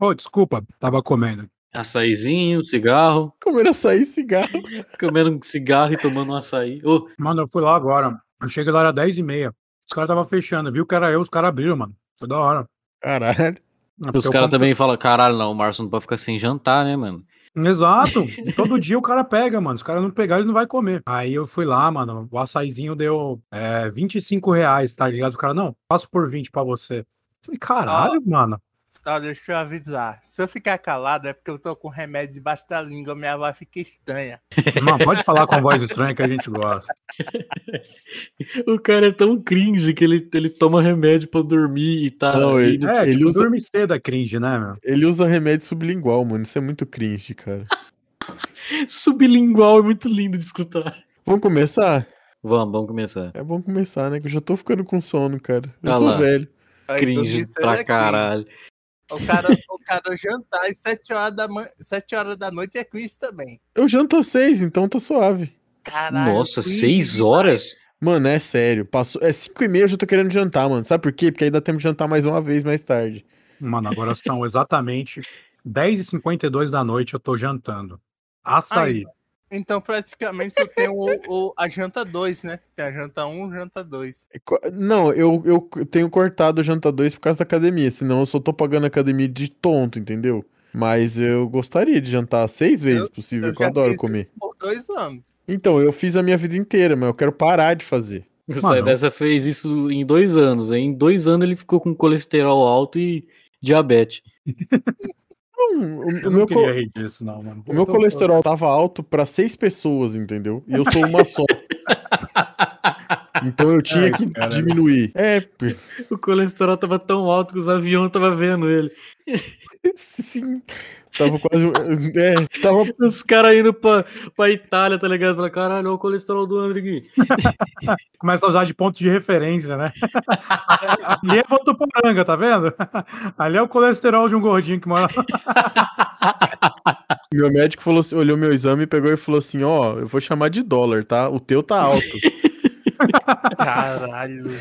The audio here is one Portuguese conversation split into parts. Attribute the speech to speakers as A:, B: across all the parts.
A: Oh, desculpa, tava comendo.
B: Açaizinho, cigarro,
C: Comer açaí e cigarro.
B: comendo um cigarro e tomando um açaí. Ô,
A: Mano, eu fui lá agora. Eu cheguei lá, era 10 e meia. Os caras tava fechando, viu que era eu, os caras abriram, mano. Foi da hora.
C: Caralho.
A: É porque
B: os
A: eu
B: caras tá-
A: compro-
B: também falam, caralho, não, o Márcio não pode ficar sem jantar, né, mano?
A: Exato. Todo dia o cara pega, mano. Se o cara não pegar, ele não vai comer. Aí eu fui lá, mano. O açaizinho deu é, 25 reais, tá ligado? O cara, não, passo por 20 pra você. Falei, caralho, mano.
D: Ó, deixa eu avisar. Se eu ficar calado é porque eu tô com remédio debaixo da língua, minha voz fica estranha.
A: Não, pode falar com voz estranha que a gente gosta.
B: O cara é tão cringe que ele, ele toma remédio pra dormir e tá.
C: Não, ele-
B: indo-
A: É,
C: Ele
A: tipo,
C: usa-
A: dorme cedo é cringe, né, meu?
C: Ele usa remédio sublingual, mano. Isso é muito cringe, cara.
B: Sublingual é muito lindo de escutar.
C: Vamos começar?
B: Vamos, vamos começar.
C: É bom começar, né? Que eu já tô ficando com sono, cara. Eu
B: Ah
C: sou
B: lá.
C: velho.
D: Aí, tudo
B: Cringe
D: isso é
B: pra
D: cringe.
B: caralho.
D: O cara, o cara jantar às 7 horas da, man... sete horas da noite é cringe também.
C: Eu janto às seis, então tá suave.
D: Caralho.
B: Nossa,
D: cringe
B: seis
D: demais.
B: horas?
C: Mano, é sério. Passou... É cinco e meia, eu já tô querendo jantar, mano. Sabe por quê? Porque aí dá tempo de jantar mais uma vez mais tarde.
A: Mano, agora são exatamente 10h52 da noite, eu tô jantando. Açaí.
D: Então, praticamente, eu tenho o, o- a janta 2, né? Tem a janta 1, um, janta 2.
C: É co- Não, eu, eu tenho cortado o janta dois por causa da academia. Senão eu só tô pagando a academia de tonto, entendeu? Mas eu gostaria de jantar seis vezes possível, que eu adoro comer.
D: por dois anos.
C: Então, eu fiz a minha vida inteira, mas eu quero parar de fazer.
B: O
A: Mano.
B: Sai dessa fez isso em dois anos. hein? Em dois anos ele ficou com colesterol alto e diabetes.
C: Não, o- o,
A: Eu não
C: meu co-
A: queria rir disso, não, mano.
C: o meu
A: Tô-
C: colesterol tava alto pra seis pessoas, entendeu? E eu sou uma só. Então eu tinha
A: Ai,
C: que
A: cara.
C: diminuir. É, per-
B: O colesterol tava tão alto que os aviões tava vendo ele.
C: sim. Tava quase. É, tava.
B: Os caras indo pra, pra Itália, tá ligado? Fala, caralho, olha o colesterol do André aqui.
A: Começa a usar de ponto de referência, né? Ali é Votuporanga, tá vendo? Ali é o colesterol de um gordinho que mora.
C: Meu médico falou assim- olhou meu exame, pegou e falou assim: Ó, eu vou chamar de dólar, tá? O teu tá alto.
D: Caralho.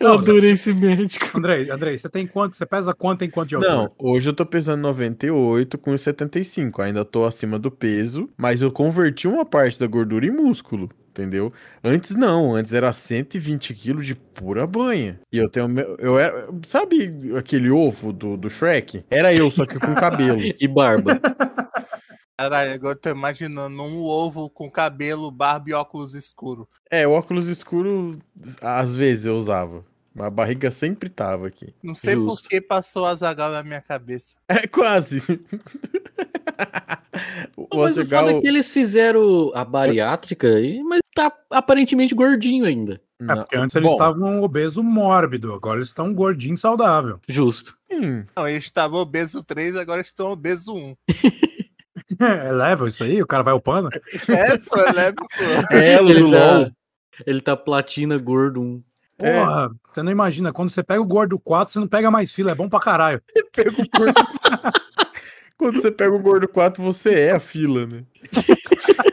B: Eu adorei esse médico.
A: Andrei, Andrei, você tem quanto? Você pesa quanto em quanto de altura? É,
C: Não, hoje eu tô pesando 98 com 75. Ainda tô acima do peso, mas eu converti uma parte da gordura em músculo, entendeu? Antes não, antes era 120 quilos de pura banha. E eu tenho. meu- Eu era. Sabe aquele ovo do, do Shrek? Era eu, só que com cabelo.
B: E barba.
D: Caralho, agora eu tô imaginando um ovo com cabelo, barba e óculos escuro.
C: É, óculos escuro, às vezes eu usava. Mas a barriga sempre tava aqui.
D: Não sei por
B: Justo.
D: que passou a zagal na minha cabeça.
C: É quase. o
B: Mas o
C: Azaghal-
B: foda é que eles fizeram a bariátrica, e- mas tá aparentemente gordinho ainda.
A: É
C: Não,
A: porque antes eles
C: bom,
A: estavam obeso mórbido, agora eles estão gordinho e saudável.
B: Justo.
C: hum,
D: Não, eles estavam obeso 3, agora estão obeso 1.
A: É level isso aí? O cara vai upando?
D: É, pô, leva, pô.
C: É,
B: ele,
C: Lulu,
B: tá, ele tá platina gordo um.
C: É.
A: Porra, você não imagina. Quando você pega o gordo 4, você não pega mais fila, é bom pra caralho.
C: pega o gordo. Quando você pega o gordo 4, você é a fila, né?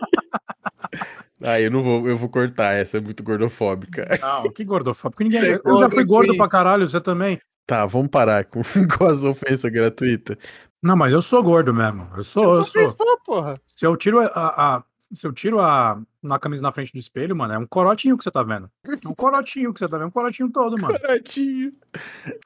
C: Ah, eu não vou, eu vou cortar essa, é muito gordofóbica.
A: Não, que gordofóbico. Ninguém...
D: Você é
A: Eu já
D: gordo,
A: fui gordo
D: Cris.
A: pra caralho, você também.
C: Tá, vamos parar com, com as ofensas gratuitas.
A: Não, mas eu sou gordo mesmo. Eu sou, eu sou.
D: Compensou, porra.
A: Se eu tiro a, a- a- se eu tiro a na camisa na frente do espelho, mano, é um corotinho que você tá vendo. É um corotinho que você tá vendo, um corotinho todo, mano.
C: Baratinho.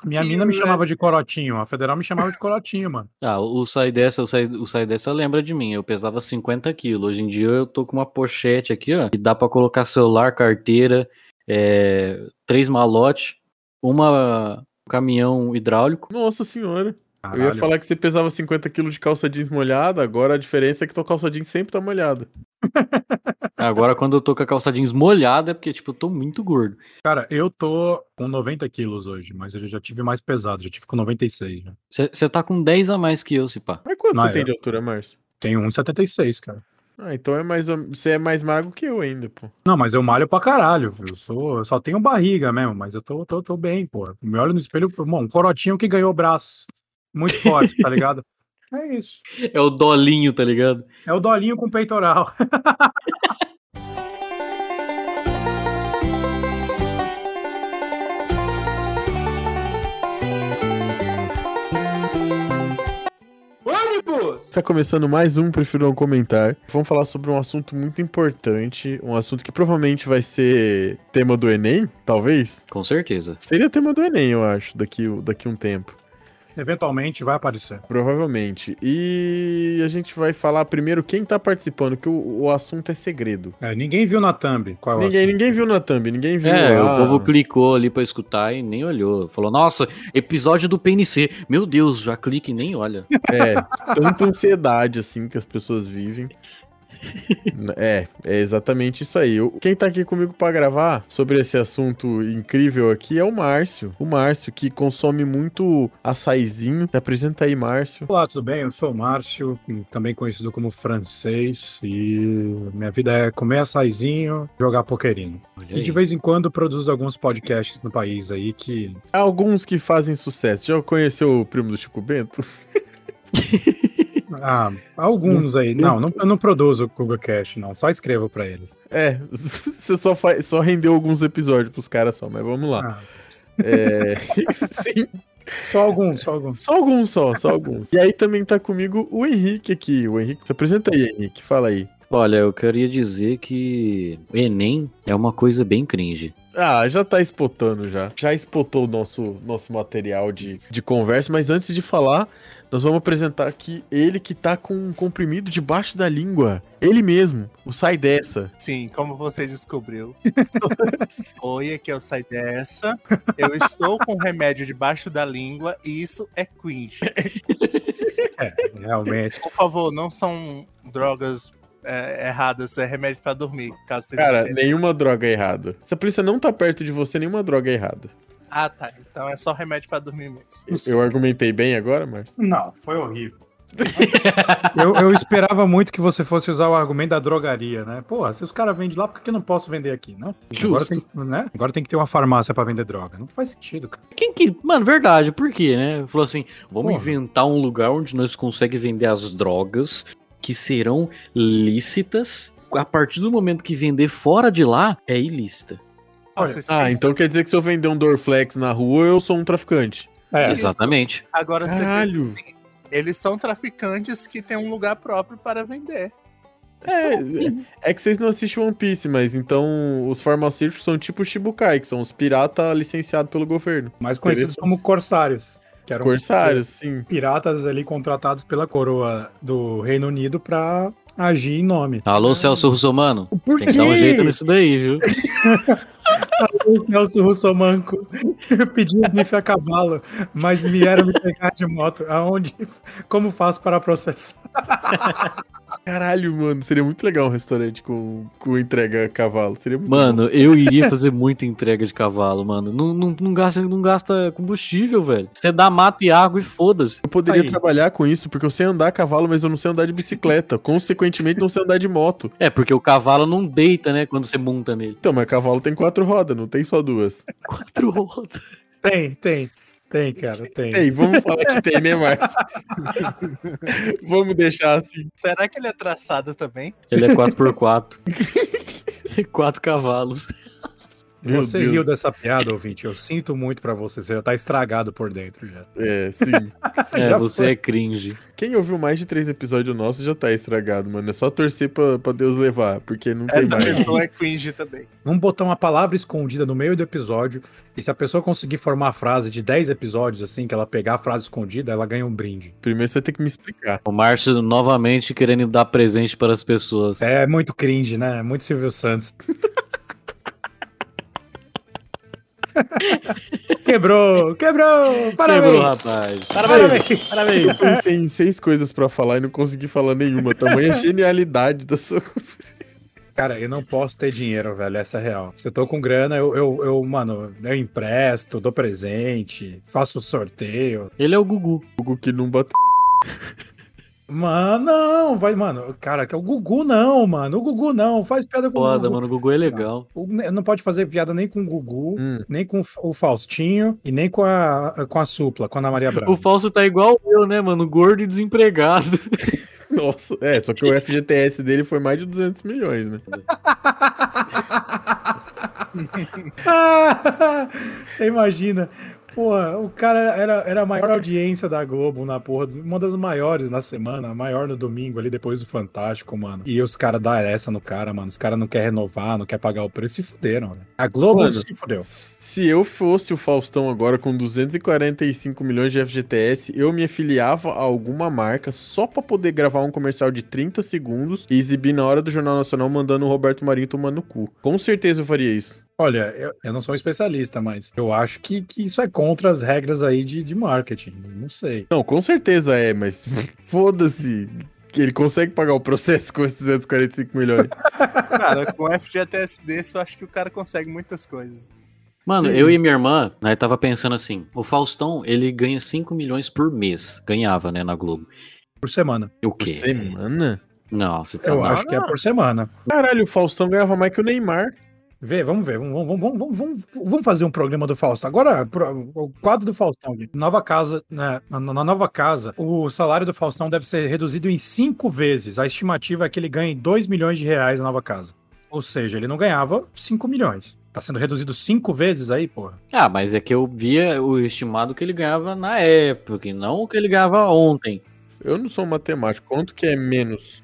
A: Minha mina
C: né?
A: me chamava de corotinho, a federal me chamava de corotinho, mano.
B: Ah, o sai dessa, o sai, o sai dessa lembra de mim. Eu pesava 50 quilos. Hoje em dia eu tô com uma pochete aqui, ó. Que dá pra colocar celular, carteira, é, três malotes, uma um caminhão hidráulico.
C: Nossa senhora.
A: Caralho.
C: Eu ia falar que você pesava 50 quilos de calça jeans molhada, agora a diferença é que tua calça jeans sempre tá molhada.
B: Agora, quando eu tô com a calça jeans molhada, é porque, tipo, eu tô muito gordo.
A: Cara, eu tô com 90 quilos hoje, mas eu já tive mais pesado, já tive com 96. Né?
B: Você tá com 10 a mais que eu, se pá.
C: Mas quanto
A: Não,
C: você
A: eu-
C: tem de altura, Márcio?
A: Tenho 1,76, cara.
C: Ah, então é mais. ou- Você é mais magro que eu ainda, pô.
A: Não, mas eu malho pra caralho. Eu, sou, eu só tenho barriga mesmo, mas eu tô, tô, tô bem, pô. Me olho no espelho, bom, um corotinho que ganhou braço. Muito forte, tá ligado? É isso.
B: É o dolinho, tá ligado?
A: É o dolinho com peitoral.
E: amigos!
C: Está começando mais um Prefiro Não Comentar. Vamos falar sobre um assunto muito importante, um assunto que provavelmente vai ser tema do Enem, talvez.
B: Com certeza.
C: Seria tema do Enem, eu acho, daqui, daqui um tempo.
A: Eventualmente vai aparecer.
C: Provavelmente. E a gente vai falar primeiro quem tá participando, que o, o assunto é segredo.
A: É, ninguém viu na thumb qual é o
C: Ninguém,
A: assunto.
C: ninguém viu na thumb, ninguém viu.
B: É,
C: lá.
B: o povo clicou ali pra escutar e nem olhou. Falou, nossa, episódio do PNC. Meu Deus, já clica e nem olha.
C: É, tanta ansiedade assim que as pessoas vivem. É, é exatamente isso aí. Eu- Quem tá aqui comigo pra gravar sobre esse assunto incrível aqui é o Márcio. O Márcio que consome muito açaizinho. Se apresenta aí, Márcio.
A: Olá, tudo bem? Eu sou o Márcio, também conhecido como francês, e minha vida é comer açaizinho, jogar pokerino.
B: Olha
A: E
B: aí.
A: de vez em quando produzo alguns podcasts no país aí que.
C: Há alguns que fazem sucesso. Já conheceu o primo do Chico Bento?
A: Ah, alguns aí. Não, não eu não produzo o Google Cash, não. Só escrevo pra eles.
C: É, você só, faz, só rendeu alguns episódios pros caras só, mas vamos lá.
A: Ah,
C: É, sim,
A: só alguns, só alguns.
C: só alguns só, só alguns. E aí também tá comigo o Henrique aqui. O Henrique, se apresenta aí, Henrique. Fala aí.
B: Olha, eu queria dizer que Enem é uma coisa bem cringe.
C: Ah, já tá espotando já. Já espotou o nosso, nosso material de, de conversa, mas antes de falar, nós vamos apresentar aqui ele que tá com um comprimido debaixo da língua. Ele mesmo, o Sai Dessa.
D: Sim, como você descobriu. Foi é que eu saí dessa. Eu estou com um remédio debaixo da língua e isso é cringe.
A: Realmente.
D: Por favor, não são drogas é, erradas, é remédio pra dormir, caso vocês
C: Cara,
D: entendam.
C: nenhuma droga é errada. Se a polícia não tá perto de você, nenhuma droga é errada.
D: Ah, tá. Então é só remédio pra dormir mesmo.
C: Eu, eu argumentei bem agora, Márcio?
A: Não, foi horrível. eu, eu esperava muito que você fosse usar o argumento da drogaria, né? Porra, se os caras vendem lá, por que eu não posso vender aqui, não? Agora
B: Justo.
A: tem, né? Agora tem que ter uma farmácia pra vender droga. Não faz sentido, cara.
B: Quem que. Mano, verdade, por quê, né? Falou assim: vamos
A: Porra.
B: inventar um lugar onde nós conseguimos vender as drogas que serão lícitas. A partir do momento que vender fora de lá, é ilícita.
D: Nossa, isso
C: Ah,
D: tem-
C: então quer dizer que se eu vender um Dorflex na rua, eu sou um traficante.
A: É,
D: Isso.
B: Exatamente.
D: Agora você
C: Caralho.
D: pensa assim, eles são traficantes que têm um lugar próprio para vender.
C: É, é que vocês não assistem One Piece, mas então os farmacêuticos são tipo Shibukai, que são os piratas licenciados pelo governo.
A: mais conhecidos
C: Interessante.
A: como corsários. Que eram
C: Corsários, sim.
A: Piratas ali contratados pela coroa do Reino Unido pra agir em nome.
B: Tá, Alô, Celso Russomano?
A: Por
B: Tem que dar um jeito nisso daí, viu?
A: o Celso Russomanco pediu bife a cavalo, mas vieram me pegar de moto. Aonde? Como faço para processar?
C: Caralho, mano, seria muito legal um restaurante com, com entrega a cavalo. Seria muito
B: Mano, eu iria fazer muita entrega de cavalo, mano. Não, não, não gasta, não gasta combustível, velho. Você dá mato e água e foda-se.
C: Eu poderia
A: Aí.
C: trabalhar com isso, porque eu sei andar a cavalo, mas eu não sei andar de bicicleta. Consequentemente, não sei andar de moto.
B: É, porque o cavalo não deita, né, quando você monta nele.
C: Então, mas cavalo tem quatro rodas, não tem só duas.
B: Quatro rodas.
A: Tem, tem. Tem, cara,
B: é
A: tem.
C: Ei, vamos falar que tem, né, Márcio? vamos deixar assim.
D: Será que ele é traçado também?
B: Ele é 4x4. Quatro cavalos.
C: Meu
A: você
C: Deus.
A: riu dessa piada, ouvinte. Eu sinto muito pra você. Você já tá estragado por dentro já.
C: É, sim.
B: É,
A: Já
B: você
A: foi.
B: é cringe.
C: Quem ouviu mais de três episódios nossos já tá estragado, mano. É só torcer pra, pra Deus levar, porque não tem
D: Essa
C: mais.
D: pessoa é cringe também.
A: Vamos botar uma palavra escondida no meio do episódio. E se a pessoa conseguir formar a frase de 10 episódios, assim, que ela pegar a frase escondida, ela ganha um brinde.
C: Primeiro você vai ter que me explicar.
B: O Márcio novamente querendo dar presente para as pessoas.
A: É muito cringe, né? É Muito Silvio Santos. quebrou! Quebrou! Parabéns!
B: Quebrou, rapaz.
A: Parabéns!
C: Eu pensei em seis coisas pra falar e não consegui falar nenhuma. Tamanha genialidade da sua.
A: Cara, eu não posso ter dinheiro, velho. Essa é a real. Se eu tô com grana, eu, eu, eu, mano, eu empresto, dou presente, faço sorteio.
B: Ele é o Gugu.
C: Algo que não bateu.
A: Mano, não, vai, mano. Cara, que é o Gugu não, mano. O Gugu não. Faz piada com
B: Foda,
A: o Gugu.
B: mano. O Gugu é legal.
A: O- Não pode fazer piada nem com o Gugu,
C: Hum.
A: nem com o Faustinho e nem com a, com a Supla, com a Ana Maria Braga.
B: O Falso tá igual eu, né, mano? Gordo e desempregado.
C: Nossa, é, só que o FGTS dele foi mais de 200 milhões, né?
A: Ah, Você imagina Porra, o cara era, era a maior audiência da Globo na porra, uma das maiores na semana, a maior no domingo ali depois do Fantástico, mano. E os caras dão essa no cara, mano. Os caras não querem renovar, não querem pagar o preço, se fuderam, né? A Globo
C: Mano,
A: se fudeu.
C: Se eu fosse o Faustão agora com 245 milhões de FGTS, eu me afiliava a alguma marca só pra poder gravar um comercial de 30 segundos e exibir na hora do Jornal Nacional mandando o Roberto Marinho tomar no cu. Com certeza eu faria isso.
A: Olha, eu, eu não sou um especialista, mas eu acho que, que isso é contra as regras aí de, de marketing. Não sei.
C: Não, com certeza é, mas foda-se. Ele consegue pagar o processo com esses 245 milhões.
D: Cara, com FGTS desse, eu acho que o cara consegue muitas coisas.
B: Mano,
C: Sim.
B: eu e minha irmã, né, tava pensando assim, o Faustão, ele ganha 5 milhões por mês. Ganhava, né, na Globo.
A: Por semana.
B: O
C: Por
B: quê?
C: semana?
B: Não, você tá
A: Eu
B: mal.
A: acho que é por semana.
C: Caralho, o Faustão ganhava mais que o Neymar.
A: Vê, vamos ver. Vamos, vamos, vamos, vamos, vamos, vamos fazer um programa do Fausto. Agora, pro- o quadro do Faustão. aqui. Nova casa, né? Na, na nova casa, o salário do Faustão deve ser reduzido em cinco vezes. A estimativa é que ele ganhe 2 milhões de reais na nova casa. Ou seja, ele não ganhava 5 milhões. Tá sendo reduzido cinco vezes aí, porra.
B: Ah, mas é que eu via o estimado que ele ganhava na época, e não o que ele ganhava ontem.
C: Eu não sou um matemático. Quanto que é menos?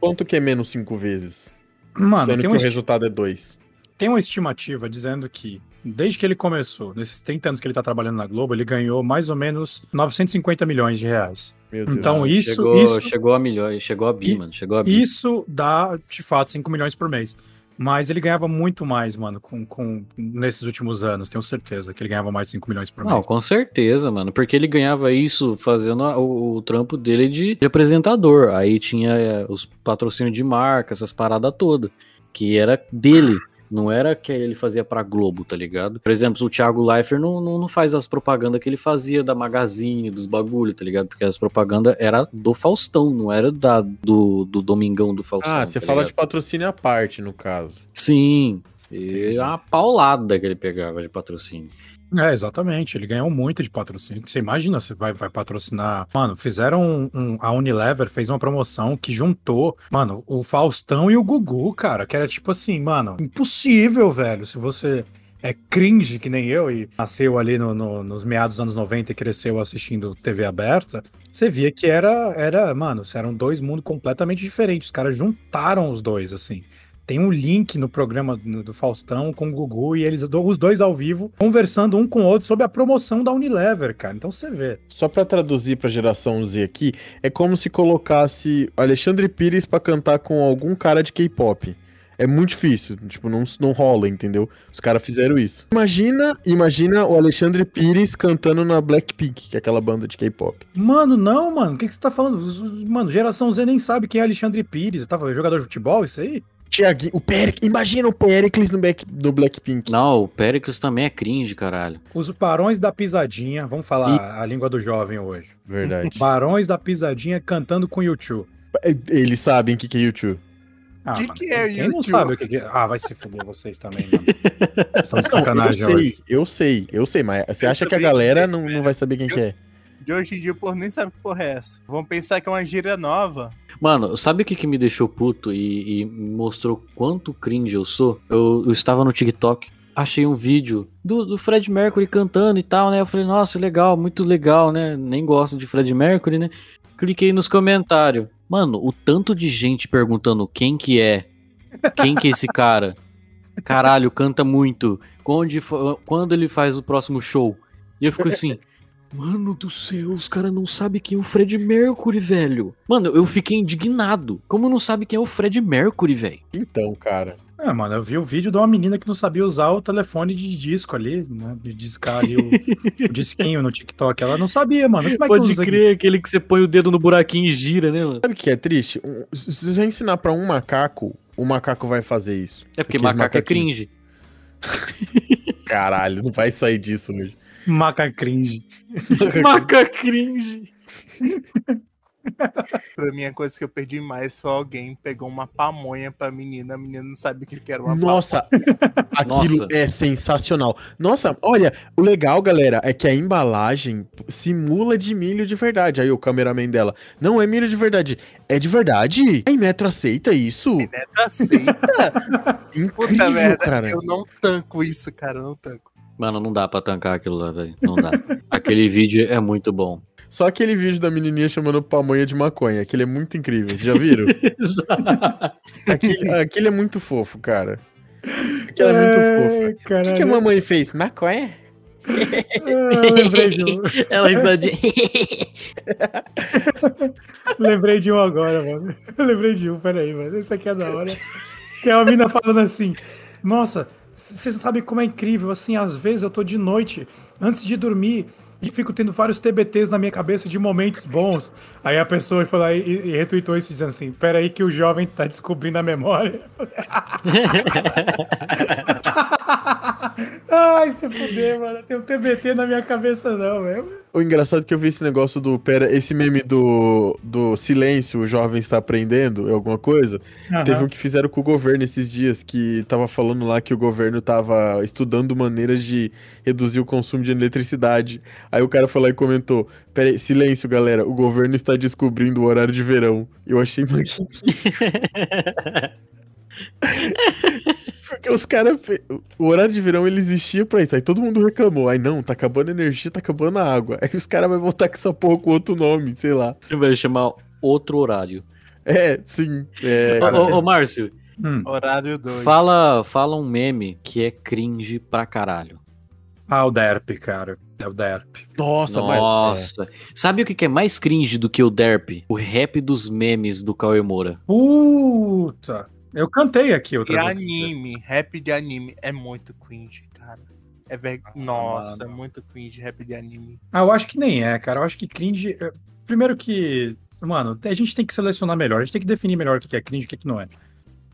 C: Quanto que é menos cinco vezes?
A: Mano, tem
C: Sendo que
A: um
C: o
A: esti-
C: resultado é dois.
A: tem uma estimativa dizendo que, desde que ele começou, nesses 30 anos que ele tá trabalhando na Globo, ele ganhou mais ou menos 950 milhões de reais.
C: Meu Deus.
A: Então, isso-
B: chegou,
A: isso-
B: chegou a milhões, chegou a bi,
A: I-
B: mano, chegou a bi.
A: Isso dá, de fato, 5 milhões por mês. Mas ele ganhava muito mais, mano, com, com, nesses últimos anos, tenho certeza que ele ganhava mais de 5 milhões por
B: Não,
A: mês.
B: com certeza, mano. Porque ele ganhava isso fazendo a- o, o trampo dele de, de apresentador. Aí tinha é, os patrocínios de marca, essas paradas todas. Que era dele. Não era que ele fazia pra Globo, tá ligado? Por exemplo, o Thiago Leifert não, não, não faz as propagandas que ele fazia da Magazine, dos bagulho, tá ligado? Porque as propagandas era do Faustão, não era da, do, do Domingão do Faustão. tá
C: Ah, você fala
B: de
C: de patrocínio à parte, no caso.
B: Sim. E a paulada que ele pegava de patrocínio.
A: É, exatamente. Ele ganhou muito de patrocínio. Você imagina, você vai, vai patrocinar. Mano, fizeram um, um- A Unilever fez uma promoção que juntou, mano, o Faustão e o Gugu, cara. Que era tipo assim, mano, impossível, velho. Se você é cringe, que nem eu, e nasceu ali no- no- nos meados dos anos 90 e cresceu assistindo TV aberta, você via que era, era, mano, eram dois mundos completamente diferentes. Os caras juntaram os dois, assim. Tem um link no programa do do Faustão com o Gugu e eles do- os dois ao vivo conversando um com o outro sobre a promoção da Unilever, cara. Então você vê.
C: Só pra traduzir pra geração Z aqui, é como se colocasse Alexandre Pires pra cantar com algum cara de K-pop. É muito difícil, tipo, não, não rola, entendeu? Os caras fizeram isso. Imagina, imagina o Alexandre Pires cantando na Blackpink, que é aquela banda de K-pop.
A: Mano, não, mano. O que, que você tá falando? Os- os- Mano, geração Z nem sabe quem é Alexandre Pires. Tava jogador de futebol, isso aí?
C: Tiaguinho, o Pericles, imagina o Pericles no, Black, no Blackpink.
B: Não, o Péricles também é cringe, caralho.
A: Os Barões da Pisadinha. Vamos falar a língua do jovem hoje.
C: Verdade.
A: Barões da Pisadinha cantando com o YouTube.
C: Eles sabem o que, que é YouTube.
A: Ah,
D: Que
A: mano,
D: que é
A: quem não
D: U2?
A: sabe o que, que é? Ah, vai se fuder vocês também, mano. Vocês estão de
C: eu
A: sacanagem hoje.
C: sei, eu sei, eu sei, mas você
D: Eu
C: acha que a
D: também
C: galera
D: sei, né?
C: não,
D: velho.
C: não vai saber quem que é?
D: De hoje em dia, o povo nem sabe que porra é essa. Vão pensar que é uma gíria nova.
B: Mano, sabe o que, que me deixou puto e, e mostrou quanto cringe eu sou? Eu, eu estava no TikTok, achei um vídeo do, do Fred Mercury cantando e tal, né? Eu falei, nossa, legal, muito legal, né? Nem gosto de Fred Mercury, né? Cliquei nos comentários. Mano, o tanto de gente perguntando quem que é, quem que é esse cara. Caralho, canta muito. Onde fo- quando ele faz o próximo show? E eu fico assim, Mano do céu, os caras não sabem quem é o Fred Mercury, velho. Mano, eu fiquei indignado. Como não sabe quem é o Fred Mercury, velho?
C: Então, cara.
A: É, mano, eu vi o vídeo de uma menina que não sabia usar o telefone de disco ali, né? De discar ali o, o disquinho no TikTok. Ela não sabia, mano. Como é que usa aqui?
B: aquele que você põe o dedo no buraquinho e gira, né, mano?
C: Sabe o que é triste? Um- Se você ensinar pra um macaco, o macaco vai fazer isso.
B: É porque
C: Aquele
B: macaco é
C: macaquinho.
B: cringe.
C: Caralho, não vai sair disso né? hoje.
A: Maca cringe.
B: Maca é cringe.
D: Pra mim, a coisa que eu perdi mais foi alguém pegou uma pamonha pra menina. A menina não sabia o que que era uma
C: Nossa, aquilo
B: Nossa.
C: é sensacional. Nossa, olha, o legal, galera, é que a embalagem simula de milho de verdade. Aí o cameraman dela, não é milho de verdade, é de verdade. Aí Metro aceita isso?
D: pamonha. Né? Aceita? Puta
C: Incrível,
D: merda.
C: cara.
D: Eu não tanco isso, cara. Eu não tanco.
B: Mano, não dá pra tancar aquilo lá, velho. Não dá. Aquele vídeo é muito bom.
C: Só aquele vídeo da menininha chamando pamonha de maconha, aquele é muito incrível, vocês já viram? aquele, aquele é muito fofo, cara. Aquele é muito fofa. O que, que a mamãe fez? Maconha?
A: Eu lembrei de um.
B: Ela risadinha.
A: lembrei de um agora, mano. Eu lembrei de um, peraí, mano. Esse aqui é da hora. Que é uma mina falando assim: Nossa, vocês não sabem como é incrível. Assim, às vezes eu tô de noite, antes de dormir, e fico tendo vários TBTs na minha cabeça de momentos bons. Aí a pessoa foi lá e, e retweetou isso, dizendo assim: Peraí, que o jovem tá descobrindo a memória. Ai, se fuder, mano. Tem um TBT na minha cabeça, não, velho.
C: O engraçado é que eu vi esse negócio do. Pera, esse meme do, do silêncio, o jovem está aprendendo, é alguma coisa.
A: Aham.
C: Teve um que fizeram com o governo esses dias, que tava falando lá que o governo tava estudando maneiras de reduzir o consumo de eletricidade. Aí o cara foi lá e comentou: Peraí, silêncio, galera, o governo está descobrindo o horário de verão. Eu achei magnífico. Porque os caras. fe- O horário de verão ele existia pra isso. Aí todo mundo reclamou. Aí não, tá acabando a energia, tá acabando a água. Aí os caras vão voltar com essa porra com outro nome, sei lá.
B: Vai chamar outro horário.
C: É, sim. É,
B: Ô, ô, ô, Márcio,
A: Hum.
D: Horário 2.
B: fala, fala um meme que é cringe pra caralho.
A: Ah, o Derp, cara. É o Derp.
C: Nossa, mas. é.
B: Nossa. Sabe o que que é mais cringe do que o Derp? O rap dos memes do Cauê Moura.
A: Puta! Eu cantei aqui outra
D: E
A: vez.
D: anime, rap de anime é muito cringe, cara. É ver... Nossa, é muito cringe rap de anime.
A: Ah, eu acho que nem é, cara. Eu acho que cringe. eh, Primeiro que. Mano, a gente tem que selecionar melhor, a gente tem que definir melhor o que que é cringe e o que que não é.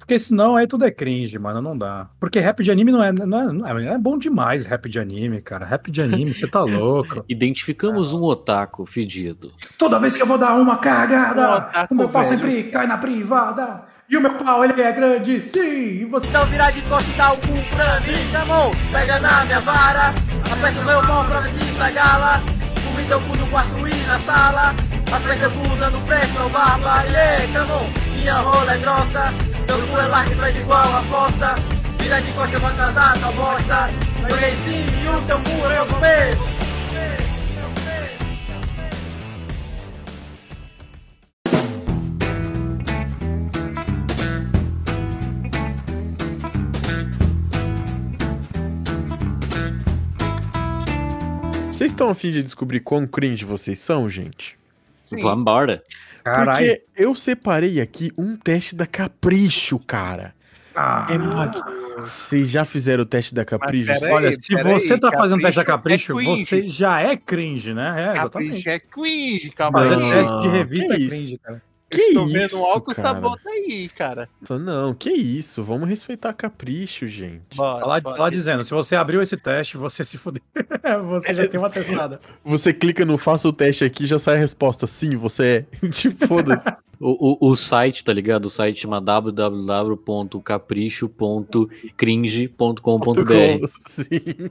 A: Porque senão aí tudo é cringe, mano, não dá. Porque rap de anime não é, não é, não é, é bom demais rap de anime, cara. Rap de anime, você tá louco.
C: Ah.
B: Identificamos um otaku fedido.
A: Toda vez que eu vou dar uma
D: Ô,
A: cagada,
D: otaku,
A: o meu pau
D: velho.
A: sempre cai na privada. E o meu pau, ele é grande, sim. E você
E: Então virar de costa e dá o cu pra mim, chamou, pega na minha vara, aperta o meu pau pra tá ver se estragala, comi teu cu no quarto e na sala, aperta o cu dando pressa ou barba, yeah, chamou, minha rola é grossa, teu cu é larga e tu és igual a fossa, vira de costa, eu vou atrasar tua bosta, joguei sim e o teu cu eu vou comer.
C: Vocês estão afim de descobrir quão cringe vocês são, gente?
D: Sim.
B: Vambora.
A: Caralho.
C: Porque eu separei aqui um teste da Capricho, cara.
A: Ah,
C: É mag... Vocês já fizeram o teste da Capricho?
D: peraí.
A: Olha, se
D: peraí,
A: você tá fazendo teste a
D: capricho é
A: capricho,
D: cringe.
A: você já é cringe, né? É, exatamente.
D: Capricho é cringe, calma
A: Fazer
C: Não.
D: aí.
A: teste de revista
C: que
A: é
C: isso?
A: cringe, cara.
D: Eu estou
C: Que
D: vendo
C: isso,
D: um álcool
C: cara?
D: sabota aí, cara.
C: Não, que isso. Vamos respeitar a Capricho, gente.
D: Bora,
A: Tá lá,
D: bora.
A: tá lá dizendo, se você abriu esse teste, você se fudeu. você já tem uma testada.
C: Você clica no faça o teste aqui já sai a resposta. Sim, você é. tipo, foda-se.
B: O, o- o site, tá ligado? O site chama www.capricho.cringe.com.br.
C: Sim.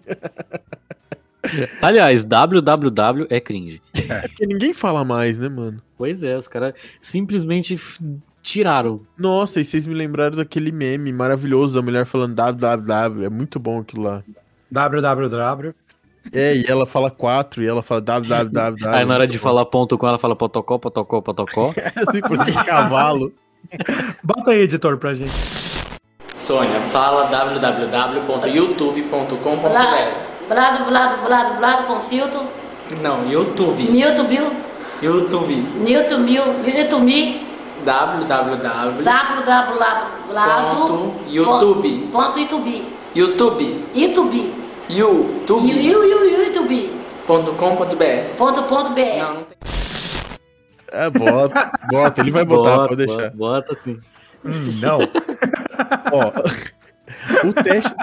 B: Aliás, www é cringe.
C: Porque ninguém fala mais, né, mano?
B: Pois é, os caras simplesmente f- tiraram.
C: Nossa, e vocês me lembraram daquele meme maravilhoso da mulher falando www. É muito bom aquilo lá.
A: www.
C: É, e ela fala 4 e ela fala www.
B: Aí na hora de falar ponto com ela fala potocó, potocó, potocó.
C: assim, por esse cavalo.
A: Bota aí, editor, pra gente.
F: Sônia, fala www.youtube.com.br
G: Blado, blado, blado, blado com filtro.
F: Não, YouTube.
G: Newton Bill,
F: YouTube.
G: Newton Bill, Newton Mi,
F: www.
G: blá, blá, blá, blado.
F: Ponto, YouTube.
G: Ponto Itubi.
F: YouTube.
G: Itubi. Iu,
F: YouTube.
G: iu, iu, iu, Itubi.
F: .com.br
G: Ponto, ponto, BR.
F: Não, não tem.
C: É, bota, bota. Ele vai botar, pode deixar.
B: Bota sim.
A: Hum, não.
C: Ó. O teste.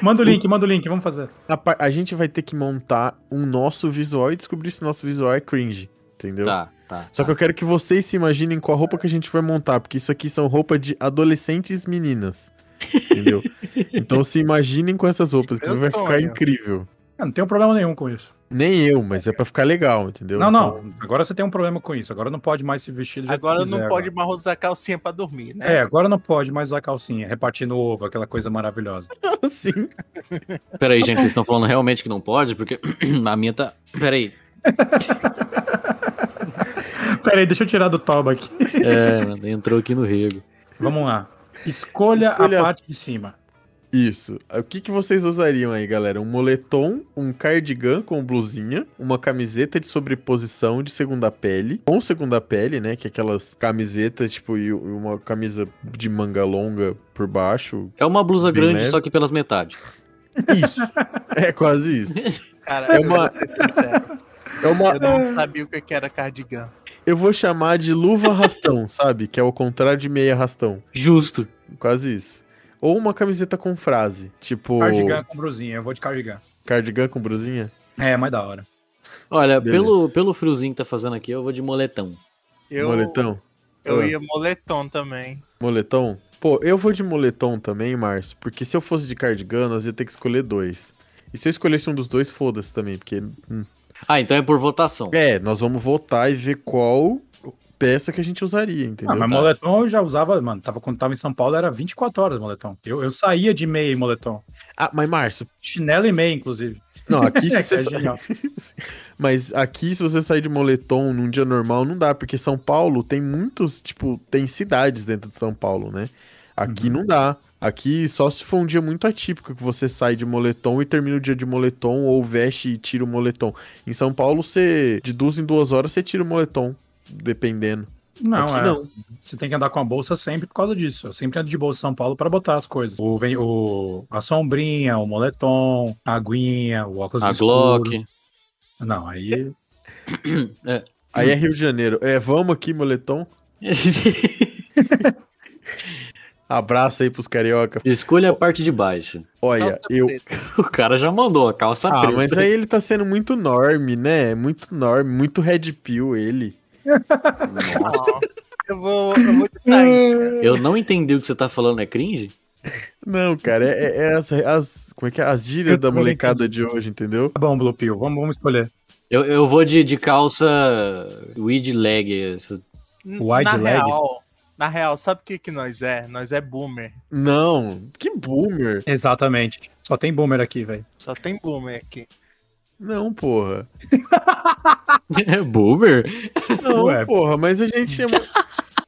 A: Manda o link, manda o link, vamos fazer.
C: A, par- a gente vai ter que montar um nosso visual e descobrir se o nosso visual é cringe. Entendeu?
B: Tá, tá.
C: Só que eu quero que vocês se imaginem qual roupa que a gente vai montar, porque isso aqui são roupa de adolescentes meninas. Entendeu? então se imaginem com essas roupas, que
D: Meu
C: vai ficar
D: sonho.
C: incrível.
A: Ah, Eu não tenho um problema nenhum com isso.
C: Nem eu, mas é pra ficar legal, entendeu?
A: Não,
C: Então,
A: não. Agora você tem um problema com isso. Agora não pode mais se vestir do jeito
D: Agora
A: que quiser,
D: não pode mais usar calcinha pra dormir, né?
A: É, agora não pode mais usar calcinha, repartindo ovo, aquela coisa maravilhosa.
C: Sim.
B: Peraí, gente, vocês estão falando realmente que não pode? Porque a minha tá. Peraí.
A: Peraí, deixa eu tirar do toba aqui.
B: É, entrou aqui no rego.
A: Vamos lá. Escolha,
C: Escolha-
A: a parte de cima.
C: Isso. Ah, O que, que vocês usariam aí, galera? Um moletom, um cardigan com blusinha, uma camiseta de sobreposição de segunda pele, com segunda pele, né? Que é aquelas camisetas, tipo, e u- e uma camisa de manga longa por baixo.
B: É uma blusa
C: Bem
B: grande,
C: leve.
B: só que pelas metades.
C: Isso. é quase isso.
D: Cara,
C: É
D: eu
C: uma-
D: vou ser sincero.
C: É uma.
D: Eu não sabia o que que era cardigan.
C: Eu vou chamar de luva rastão, sabe? Que é o contrário de meia rastão.
B: Justo.
C: Quase isso. Ou uma camiseta com frase, tipo.
A: Cardigan com brusinha, eu vou de cardigan.
C: Cardigan com brusinha?
A: É, mais da hora.
B: Olha,
C: Beleza.
B: pelo, pelo friozinho que tá fazendo aqui, eu vou de moletão.
D: Eu,
C: Moletão?
D: eu ia moletom também.
C: Moletom? Pô, eu vou de moletom também, Márcio, porque se eu fosse de cardigan, nós ia ter que escolher dois. E se eu escolhesse um dos dois, foda-se também, porque. hum.
B: Ah, então é por votação.
C: É, nós vamos votar e ver qual peça que a gente usaria, entendeu?
A: Ah, mas
B: tá.
A: moletom eu já usava, mano. Tava, quando tava em São Paulo era 24 horas moletom. Eu, eu saía de meia e moletom.
C: Ah, mas Márcio,
A: Chinelo e meia, inclusive.
C: não, aqui
A: É,
C: se
A: que é
C: você sa-
A: genial.
C: Mas aqui, se você sair de moletom num dia normal, não dá, porque São Paulo tem muitos, tipo, tem cidades dentro de São Paulo, né? Aqui não dá. Aqui só se for um dia muito atípico que você sai de moletom e termina o dia de moletom, ou veste e tira o moletom. Em São Paulo, você, de duas em duas horas, você tira o moletom, dependendo.
A: Não,
C: aqui
A: é.
C: não.
A: Você tem que andar com a bolsa sempre por causa disso. Eu sempre ando de bolsa em São Paulo pra botar as coisas. O, ven- o, a sombrinha, o moletom, a aguinha, o óculos
B: A
A: escuro.
B: Glock.
A: Não, aí.
C: Aí é Rio de Janeiro. É, vamos aqui, moletom. Abraço aí pros carioca.
B: Escolha a parte de baixo.
C: Olha,
D: Calça
C: eu,
D: preta.
B: O cara já mandou a calça
C: Ah,
B: preta.
C: mas aí ele tá sendo muito norme, né? Muito norme, muito red pill ele.
D: Ó, Eu vou, eu vou de sainha.
B: Eu não entendi o que você tá falando, é cringe?
C: Não, cara, é, é- é as, as- como é que é? As gírias
A: Eu
C: da
A: tô
C: molecada de hoje, entendeu?
A: Tá bom, Blue Pill. Vamos, vamos escolher.
B: Eu, eu vou de, de calça weed leg. essa-
A: Wide
D: na
A: leg.
D: real, na real, sabe o que, que nós é? Nós é boomer.
C: Não, que boomer.
A: Exatamente. Só tem boomer aqui, velho.
D: Só tem boomer aqui.
C: Não, porra.
B: É boomer?
C: Não,
A: Ué.
C: porra, mas a gente é, mu-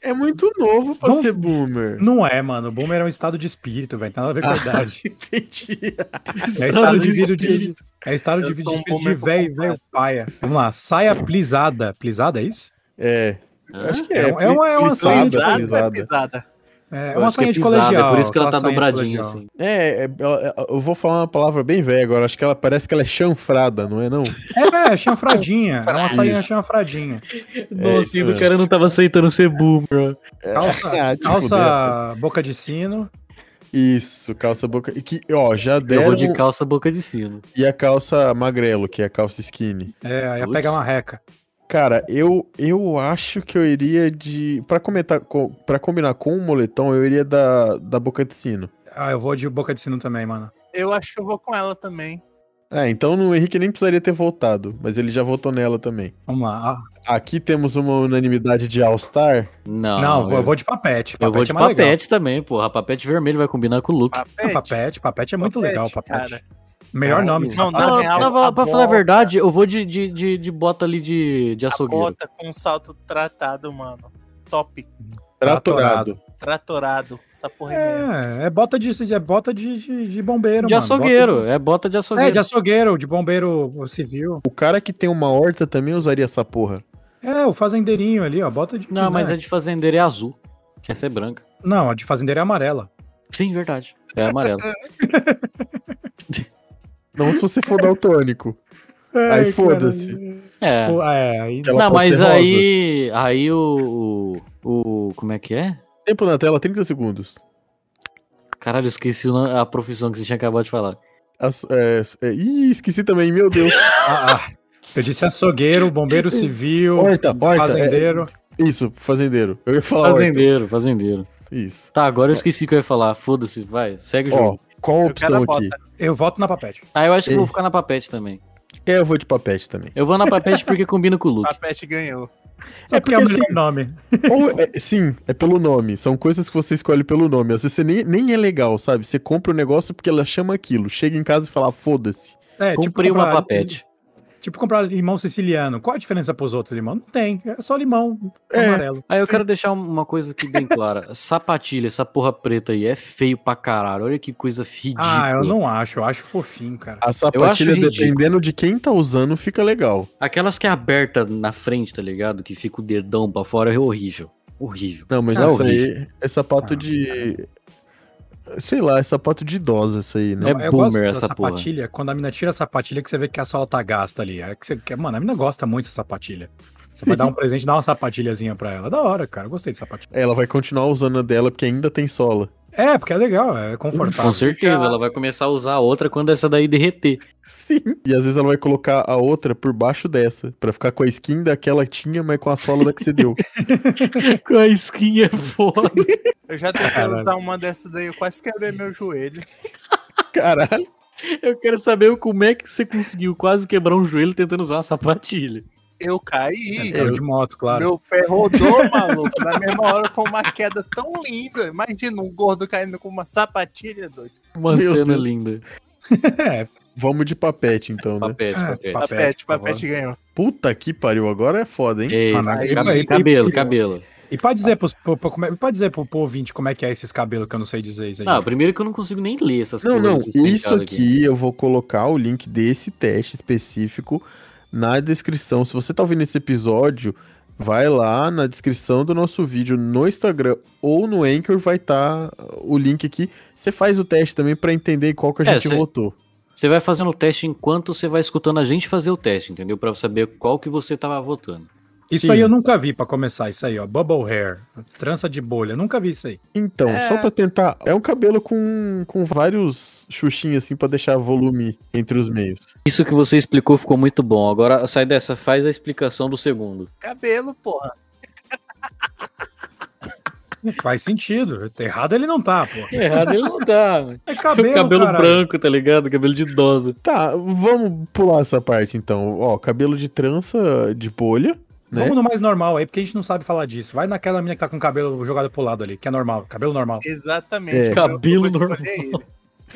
C: é muito novo pra
A: Não-
C: ser boomer.
A: Não é, mano. Boomer é um estado de espírito, velho. Tem nada a ver com a idade.
C: Entendi.
A: É
B: Ah, Estado
A: estado
B: de
A: de vida de. É estado
D: Eu
A: de vida
D: sou
A: de
D: um
A: espírito de
D: boomer
A: velho,
D: completo.
A: velho paia. Vamos lá. Saia plisada. Plisada é isso?
C: É. Acho que é.
A: É um- é uma- é uma
C: Plisada,
A: saída.
D: Pisada, é
C: plisada.
D: pisada.
A: É,
B: Eu
A: uma
B: acho que
A: sainha de
B: pisada,
A: colegial.
B: é por isso que ela tá
A: aquela sainha de
B: dobradinha,
A: colegial.
B: assim.
C: É, é, ela- eu vou falar uma palavra bem velha agora. Acho que ela parece que ela é chanfrada, não é não?
B: assim.
A: É, chanfradinha. É uma sainha
C: Isso.
A: chanfradinha.
C: Nossa, e o cara
B: não tava aceitando ser boomer.
A: Calça,
C: Ah, te fuder.
A: calça boca de sino.
C: Isso, calça boca. E que, ó, já
B: Eu
C: deram.
B: vou de calça boca de sino.
C: E a calça magrelo, que é a calça skinny.
A: É, aí ia
B: Putz.
A: pegar uma reca.
C: Cara, eu, eu acho que eu iria de. Pra, comentar, co- pra combinar com o moletom, eu iria da, da boca de sino.
A: Ah, eu vou de boca de sino também, mano.
D: Eu acho que eu vou com ela também.
C: Ah, então o Henrique nem precisaria ter voltado, mas ele já votou nela também.
A: Vamos lá. Ah,
C: Aqui temos uma unanimidade de All-Star.
B: Não,
A: não, eu
B: eu,
A: vou de papete.
B: Ah, eu vou de
A: é mais legal.
B: papete também, porra. Papete vermelho vai combinar com o look.
A: Ah,
D: Papete.
A: Papete, papete é muito
D: Papete,
A: legal, papete.
D: cara.
B: É,
A: Melhor nome.
D: Não, na
B: Não,
D: real,
B: não, pra-
D: a
B: Ah, pra falar a
D: bota-
B: verdade, eu vou de, de, de, de bota ali de, de
D: A
B: açougueiro.
D: bota com salto tratado, mano. Top.
C: Tratorado.
D: Tratorado. Essa porra é mesmo.
A: É, é bota de, é bota de, de, de bombeiro,
B: De
A: mano.
B: açougueiro,
A: Bota
B: é bota de
A: de-
B: açougueiro.
A: É, de açougueiro, de bombeiro civil.
C: O cara que tem uma horta também usaria essa porra.
A: É, o fazendeirinho ali, ó, bota de...
B: Não, mas
A: né?
B: a de fazendeiro é azul. Quer ser branca.
A: Não, a de fazendeiro é amarela.
B: Sim, verdade. É amarelo.
C: Não se você for daltônico. Aí
A: Ai,
C: foda-se.
B: É.
A: caralho. É, aí...
C: Ela
B: não,
C: pode
B: mas
C: ser rosa.
B: aí. Aí o, o. o- Como é que é?
C: Tempo na tela, 30 segundos.
B: Caralho, eu esqueci o nome- a profissão que você tinha acabado de falar.
C: As- é, é- ih, esqueci também, meu Deus.
A: Ah, ah, eu disse açougueiro, bombeiro civil,
C: Horta,
A: é-
C: horta,
A: fazendeiro.
C: Isso, fazendeiro. Eu ia falar horta.
B: Fazendeiro, fazendeiro.
C: Isso.
B: Tá, agora eu esqueci o que eu ia falar. Foda-se, vai, segue o jogo.
C: Ó, qual a
D: Eu quero
C: opção
D: a bota.
C: aqui?
A: Eu voto na papete.
B: Ah, eu acho que
C: ei.
B: eu vou ficar na papete também.
C: É, eu vou de papete também.
B: Eu vou na papete porque combina com o look.
D: Papete ganhou.
C: É porque,
A: é o
C: assim,
A: melhor nome.
C: ou é- sim, é pelo nome. São coisas que você escolhe pelo nome. Às vezes você nem, nem é legal, sabe? Você compra o negócio porque ela chama aquilo. Chega em casa e fala, "Ah, foda-se.
A: É,
B: Comprei uma
A: comprar-
B: papete.
A: Tipo comprar limão siciliano. Qual a diferença pros outros limão? Não tem. É só limão
C: É.
A: amarelo.
B: Aí eu quero deixar uma coisa aqui bem clara. Sapatilha, essa porra preta aí, é feio pra caralho. Olha que coisa ridícula.
A: Ah, eu não acho. Eu acho fofinho, cara.
C: A sapatilha,
B: ridículo.
C: dependendo de quem tá usando, fica legal.
B: Aquelas que é aberta na frente, tá ligado? Que fica o dedão pra fora, é horrível. Horrível.
C: Não, mas
B: Ah,
C: essa aí
B: horrível.
C: é sapato
A: Ah,
C: de. Sei lá, é sapato de idosa essa aí, né?
B: É boomer
A: da
B: essa porra.
A: sapatilha. Quando a mina tira a sapatilha, que você vê que a sola tá gasta ali. É que você quer, mano, a mina gosta muito dessa sapatilha. Você vai dar um presente, dá uma sapatilhazinha pra ela. Da hora, cara. Eu gostei de sapatilha.
C: Ela vai continuar usando a dela porque ainda tem sola.
A: É, porque é legal, é confortável.
B: Com certeza, ela vai começar a usar a outra quando essa daí derreter.
C: Sim. E às vezes ela vai colocar a outra por baixo dessa, Pra ficar com a skin daquela que tinha, mas com a sola da que você deu.
B: Com a esquinha foda.
D: Eu já tentei
A: Caralho.
D: usar uma dessa daí, eu quase quebrei meu joelho.
C: Caralho.
B: Eu quero saber como é que você conseguiu quase quebrar um joelho tentando usar uma sapatilha.
D: Eu caí.
A: Andando de moto, claro.
D: Meu pé rodou, maluco. Na mesma hora foi uma queda tão linda. Imagina um gordo caindo com uma sapatilha, doido.
B: Uma
C: Meu
B: cena
C: Deus.
B: linda.
A: É,
C: Vamos de papete então, né?
B: Papete,
A: É, pa-
B: papete.
A: Papete,
D: Papete,
A: por
D: papete ganhou.
C: Puta que pariu, agora é foda, hein?
B: Ei,
A: Mano,
B: cab-
D: aí-
B: cabelo,
A: aí-
B: cabelo.
A: e pode dizer, pros, pro, pro- como é- pode dizer pro, pro ouvinte como é que é esses cabelos que eu não sei dizer isso aí.
B: Não, primeiro que eu não consigo nem ler essas
C: Não,
B: coisas. assim,
C: não,
B: esses
C: isso
B: penteados
C: aqui eu vou colocar o link desse teste específico na descrição. Se você tá ouvindo esse episódio, vai lá na descrição do nosso vídeo no Instagram ou no Anchor vai estar o link aqui. Você faz o teste também pra entender qual que a
B: É,
C: gente
B: cê-
C: votou.
B: Você vai fazendo o teste enquanto você vai escutando a gente fazer o teste, entendeu? Pra saber qual que você tava votando.
A: Isso
C: Sim.
A: aí eu nunca vi pra começar, isso aí, ó. Bubble hair, trança de bolha, nunca vi isso aí.
C: Então,
B: É.
C: só pra tentar, é um cabelo com, com vários xuxinhos assim pra deixar volume entre os meios.
B: Isso que você explicou ficou muito bom. Agora sai dessa, faz a explicação do segundo.
D: Cabelo, porra.
A: Faz sentido. Errado ele não tá, pô.
C: É.
B: Errado ele não tá. mano.
A: É cabelo,
B: cabelo
A: caralho.
B: branco, tá ligado? Cabelo de idosa.
C: Tá, vamos pular essa parte então. Ó, cabelo de trança de bolha. né?
A: Vamos no mais normal aí, porque a gente não sabe falar disso. Vai naquela mina que tá com o cabelo jogado pro lado ali, que é normal, cabelo normal.
D: Exatamente.
C: É.
D: Eu- eu vou
B: Cabelo
D: escolher
B: normal.
D: ele.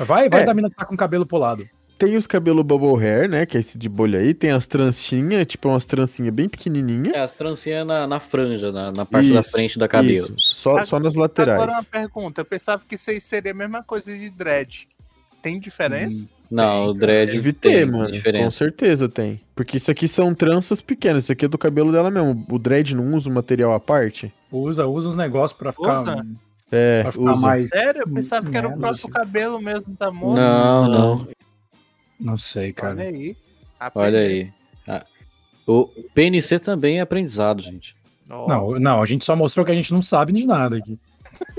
A: Vai, vai
C: É.
A: da mina que tá com o cabelo pro lado.
C: Tem os cabelo bubble hair, né? Que é esse de bolha aí. Tem as trancinhas, tipo umas trancinhas bem pequenininha.
B: É, as trancinhas na, na franja, na, na parte da
C: Isso,
B: frente da cabeça.
C: Isso, Só, só nas laterais.
D: Agora uma pergunta. Eu pensava que isso aí seria a mesma coisa de dread. Tem diferença?
B: Não, o dread
C: Deve
B: tem
C: ter, mano. Com
B: É né, diferença.
C: certeza tem. Porque isso aqui são tranças pequenas. Isso aqui é do cabelo dela mesmo. O dread não usa o material à parte?
A: Usa, usa uns negócios pra ficar,
D: Usa?
C: É,
A: pra ficar
C: usa.
A: mais.
D: Sério? Eu pensava que era o
A: Não,
D: próprio cabelo mesmo tá da moça.
B: Não, não.
A: Não sei,
D: Olha
A: cara.
D: aí.
B: Olha
D: Aprendi.
B: aí. Ah, o PNC também é aprendizado, gente.
D: Ó,
A: Não, não, a gente só mostrou que a gente não sabe de nada aqui.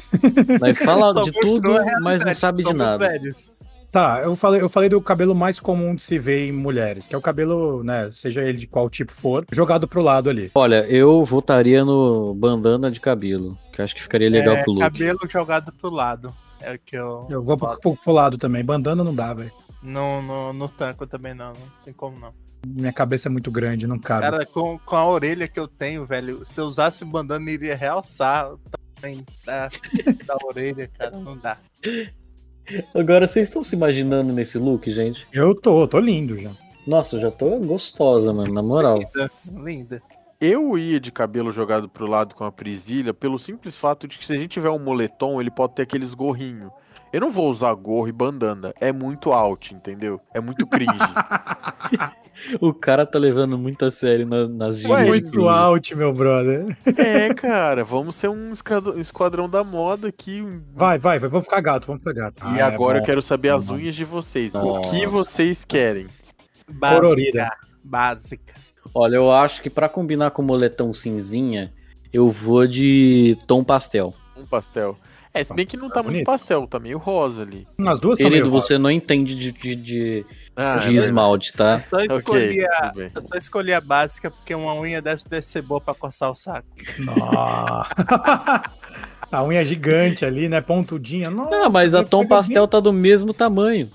B: Nós fala
D: só
B: de
D: mostrou
B: tudo,
D: a realidade,
B: mas não sabe de
D: somos
B: nada.
D: velhos.
A: Tá, eu falei, eu falei do cabelo mais comum de se ver em mulheres, que é o cabelo, né, seja ele de qual tipo for, jogado pro lado ali.
B: Olha, eu votaria no bandana de cabelo, que eu acho que ficaria legal
D: É,
B: pro look.
D: cabelo jogado pro lado. É o que eu.
A: Eu vou pro,
D: voto.
A: pro, pro lado também. Bandana não dá, velho.
D: No, no, no tanco também não, não tem como não.
A: Minha cabeça é muito grande, não cabe.
D: Cara, com, com a orelha que eu tenho, velho, se eu usasse bandana, iria realçar o tamanho da, da orelha, cara. Não dá.
B: Agora, vocês estão se imaginando nesse look, gente?
A: Eu tô, tô lindo já.
B: Nossa, eu já tô gostosa, mano, na moral.
D: Linda, linda.
C: Eu ia de cabelo jogado pro lado com a presilha pelo simples fato de que se a gente tiver um moletom, ele pode ter aqueles gorrinhos. Eu não vou usar gorro e bandana. É muito out, entendeu? É muito cringe.
B: O cara tá levando muito a sério na- nas
C: Ué,
B: gírias.
C: muito
B: inclusive.
A: out, meu brother.
C: É, cara, vamos ser um esquadra- um esquadrão da moda aqui. um-
A: Vai, vai, vai, vamos ficar gato, vamos ficar gato.
C: e agora eu quero saber
A: Ah,
C: as
A: é Nossa.
C: unhas de vocês. O
B: Nossa.
C: que vocês querem?
D: Básica.
A: Colorida.
D: Básica.
B: Olha, eu acho que pra combinar com o moletom cinzinha, eu vou de tom pastel.
C: Um pastel. É, se bem que não tá,
A: Tá
C: muito
A: bonito.
C: pastel, tá meio rosa ali.
A: quero. As duas
B: Querido,
A: também.
B: você não entende de, de, de-
C: Ah,
D: é
B: de esmalte, tá?
D: Eu só
C: Ok,
D: escolhi a.
C: tudo bem.
D: Eu só escolhi a básica porque uma unha dessa deve ser boa pra coçar o saco.
A: Nossa. A unha gigante ali, né? Pontudinha. Nossa,
B: Ah, mas a tom pastel tá do mesmo tamanho.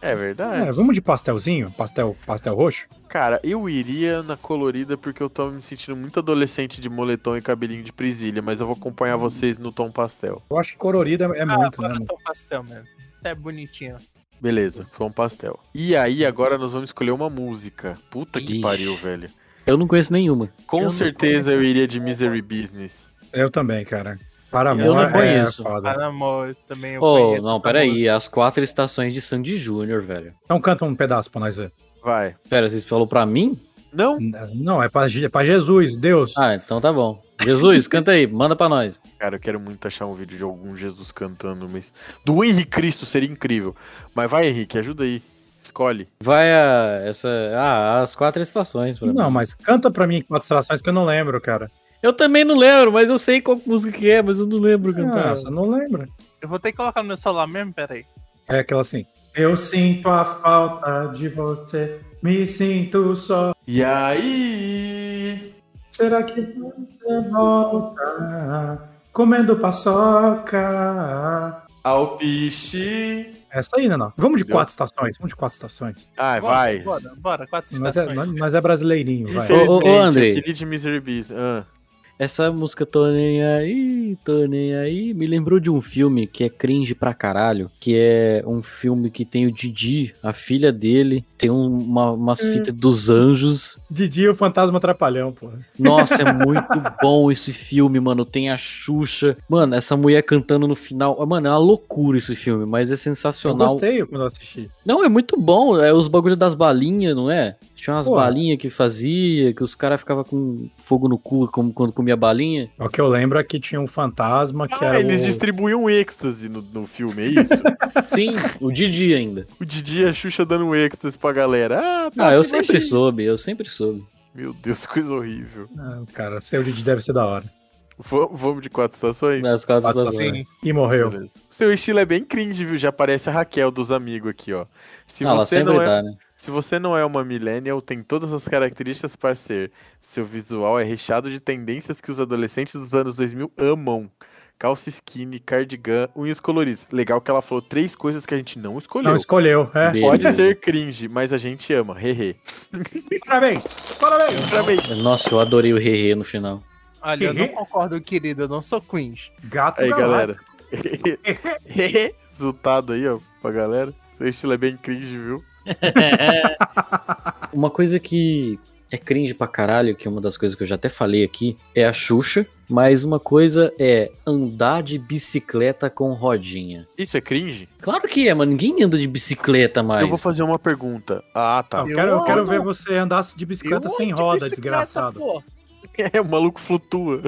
C: É verdade.
A: É, vamos de pastelzinho? Pastel, pastel roxo?
C: Cara, eu iria na colorida porque eu tava me sentindo muito adolescente de moletom e cabelinho de presilha, mas eu vou acompanhar vocês no tom pastel.
A: Eu acho que colorida é
D: Ah,
A: muito, né?
D: agora
A: mano?
D: tô pastel mesmo. É bonitinho.
C: Beleza, tom pastel. E aí, agora nós vamos escolher uma música. Puta que
B: Ixi.
C: pariu, velho.
B: Eu não conheço nenhuma.
C: Com
D: Eu não
C: certeza
D: conheço.
C: eu iria de Misery Business.
A: Eu também, cara. Paramore
D: Eu não
B: conheço.
A: é
C: Tá
A: foda.
D: Para Ah, amor, também eu
B: Oh,
D: conheço
B: não,
D: essa
B: peraí.
D: música.
B: As quatro estações de Sandy Júnior, velho.
A: Então canta um pedaço pra nós ver.
C: Vai.
B: Pera, vocês falaram pra mim?
C: Não?
A: Não, é pra, Je- é pra Jesus, Deus.
B: Ah, então tá bom. Jesus, canta aí, manda pra nós.
C: Cara, eu quero muito achar um vídeo de algum Jesus cantando, mas. Do Henrique Cristo seria incrível. Mas vai, Henrique, ajuda aí. Escolhe.
B: Vai a essa. Ah, as quatro estações. pra mim.
A: não, mas canta pra mim quatro extrações que eu não lembro, cara.
B: Eu também não lembro, mas eu sei qual música que é, mas eu não lembro
A: Ah,
B: cantar.
A: você não lembra.
D: Eu vou ter que colocar no meu celular mesmo, peraí.
A: É aquela assim. Eu sinto a falta de você, me sinto só.
C: E aí?
A: Será que você volta? Comendo paçoca.
C: Alpiche.
A: Essa aí, né, não? Vamos de
C: Entendeu?
A: quatro estações, vamos de quatro estações.
C: Ah,
D: Bora,
C: vai.
D: Bora, bora, quatro
A: Nós é,
D: estações.
A: nós- nós é brasileirinho, vai.
B: Ô, ô, ô, Andrei.
C: eu queria de Misery Business. Ah,
B: Essa música Tô Nem Aí, Tô Nem Aí, me lembrou de um filme que é cringe pra caralho, que é um filme que tem o Didi, a filha dele, tem um- uma, umas
A: Hum.
B: fitas dos anjos.
A: Didi o fantasma atrapalhão, pô.
B: Nossa, é muito bom esse filme, mano. Tem a Xuxa. Mano, essa mulher cantando no final. Mano, é uma loucura esse filme, mas é
A: Eu
B: sensacional.
A: gostei quando eu assisti.
B: Não, é muito bom. É os bagulho das balinhas, não é? Tinha umas
A: Porra.
B: balinhas que fazia, que os caras ficavam com fogo no cu como quando comia balinha.
A: O que eu lembro é que tinha um fantasma que era.
C: Ah, eles
A: o...
C: distribuíam êxtase no, no filme, é isso?
B: Sim, o Didi ainda.
C: o Didi e a Xuxa dando um êxtase pra galera. Ah, tá
B: Ah, eu
C: aqui
B: sempre
C: baixinho.
B: soube, eu sempre soube.
C: Meu Deus, que coisa horrível.
A: Ah, cara, seu Didi deve ser da hora.
C: V- vamos de quatro estações?
B: Nas casas
A: Passa
B: das
C: assim,
D: Sim,
A: E morreu.
C: Beleza. Seu estilo é bem cringe, viu? Já aparece a Raquel dos amigos aqui, ó. Se
B: Ah, ela
C: você
B: sempre
C: não é,
B: dá, né?
C: se você não é uma millennial, tem todas as características para ser. Seu visual é recheado de tendências que os adolescentes dos anos 2000 amam. Calça skinny, cardigan, unhas coloridas. Legal que ela falou três coisas que a gente não escolheu.
A: Não escolheu, é.
B: Beleza.
C: Pode ser cringe, mas a gente ama. Hehe.
A: Parabéns! Parabéns!
C: Parabéns.
B: Nossa, eu adorei o Rerê no final.
D: olha, eu não concordo, querido, eu não sou cringe.
A: Gato né?
C: Aí,
A: da
C: galera. Resultado aí, ó, pra galera. Seu estilo é bem cringe, viu?
B: Uma coisa que é cringe pra caralho, que é uma das coisas que eu já até falei aqui, é a Xuxa. Mas uma coisa é andar de bicicleta com rodinha.
C: Isso é cringe?
B: Claro que é, mano. Ninguém anda de bicicleta mais.
C: Eu vou fazer uma pergunta. Ah, tá.
A: Eu quero, eu
D: Eu
A: quero
D: ando-
A: ver você andar de bicicleta
D: Eu
A: sem
D: ando de
A: roda,
D: bicicleta,
A: desgraçado.
D: pô.
C: É, o maluco flutua.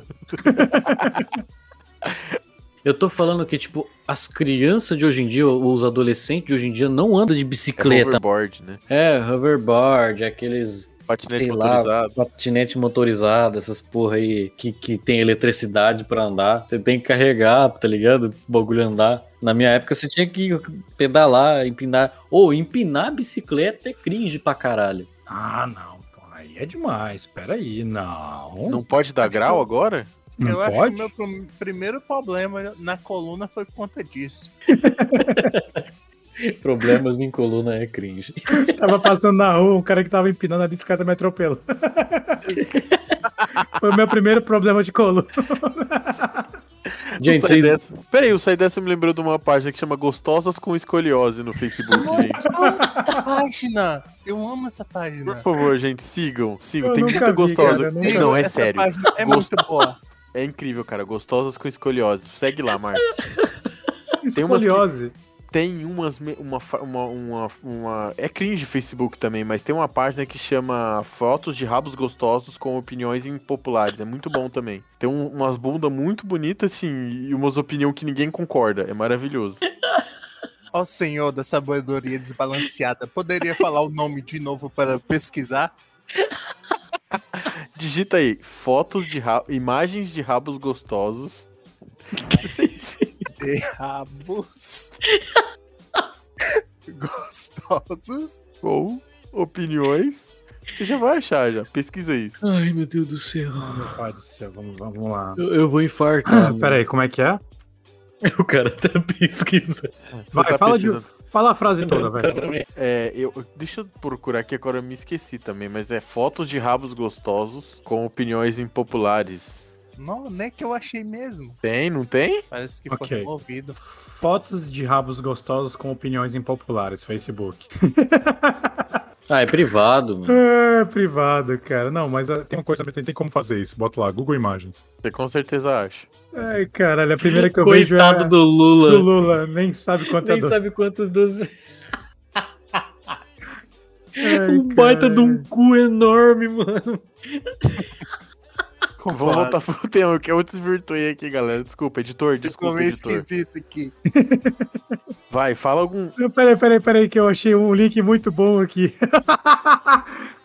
B: Eu tô falando que, tipo, as crianças de hoje em dia, ou os adolescentes de hoje em dia, não andam de
C: É
B: bicicleta.
C: hoverboard, né?
B: É, hoverboard, aqueles
C: Patinete
B: sei lá,
C: motorizado.
B: patinete motorizado, essas porra aí que, que tem eletricidade pra andar. Você tem que carregar, tá ligado? O bagulho andar. Na minha época você tinha que pedalar, empinar. Ou empinar a bicicleta é cringe pra caralho.
A: Ah, não. pô, Aí é demais. Peraí, não.
C: Hum? Não pode dar
D: Mas,
C: grau
D: pô,
C: agora?
A: Não
D: eu acho que
A: pode?
D: o meu prim- primeiro problema na coluna foi por conta disso.
B: Problemas em coluna é cringe.
A: Tava passando na rua, um cara que tava empinando a bicicleta me atropelou. Foi o meu primeiro problema de colo.
B: Gente,
C: O Sai
B: vocês,
C: Dessa- Peraí, o Sai Dessa me lembrou de uma página que chama Gostosas com Escoliose no Facebook, gente.
D: Essa página! Eu amo essa página.
C: Por favor, gente, sigam. Sigam,
A: Eu
C: tem
A: nunca
C: muita
A: vi,
C: gostosa.
A: cara, eu nunca
D: Sigo,
C: não, é
D: essa
C: sério.
D: página é muito boa.
C: É incrível, cara. Gostosas com Escoliose. Segue lá, Marcos. Tem umas que-
A: Escoliose.
C: Tem umas. me- Uma, fa- uma, uma, uma- É cringe Facebook também, mas tem uma página que chama Fotos de Rabos Gostosos com Opiniões Impopulares. É muito bom também. Tem um- umas bundas muito bonitas, assim, e umas opiniões que ninguém concorda. É maravilhoso.
D: Ó senhor da sabedoria desbalanceada, poderia falar o nome de novo para pesquisar?
C: Digita aí: Fotos de ra- Imagens de Rabos Gostosos.
D: Derrabos. Gostosos.
C: ou opiniões. Você já vai achar já. Pesquisa isso.
B: Ai, meu Deus do céu.
A: Meu pai do céu, vamos, vamos lá.
B: Eu, eu vou infartar. meu.
A: Peraí, como é que é?
B: O cara tá pesquisando.
C: Você
A: Vai,
C: tá
A: fala de,
C: pesquisando.
A: Fala a frase toda, velho.
H: É, eu, deixa eu procurar aqui, agora eu me esqueci também, mas é fotos de rabos gostosos com opiniões impopulares.
D: Não, nem né que eu achei mesmo.
H: Tem, não tem?
D: Parece que foi
A: Ok.
D: removido.
A: Fotos de rabos gostosos com opiniões impopulares, Facebook.
B: Ah, é privado, mano.
A: É, privado, cara. Não, mas ah, tem uma coisa, tem, tem como fazer isso. Bota lá, Google Imagens.
H: Você com certeza acha.
A: Ai, caralho, a primeira que eu vejo é
B: Coitado
A: do
B: do Lula.
A: Lula. Nem sabe quanto
B: Nem
A: é do...
B: sabe quantos dos.
A: Ai,
B: Um baita
A: cara.
B: de um cu enorme, mano.
H: Vamos voltar pro tema, que eu desvirtuei aqui, galera. Desculpa, editor,
D: Ficou
H: desculpa,
D: meio
H: editor.
D: esquisito aqui.
H: Vai, fala algum...
A: Peraí, peraí, peraí, que eu achei um link muito bom aqui.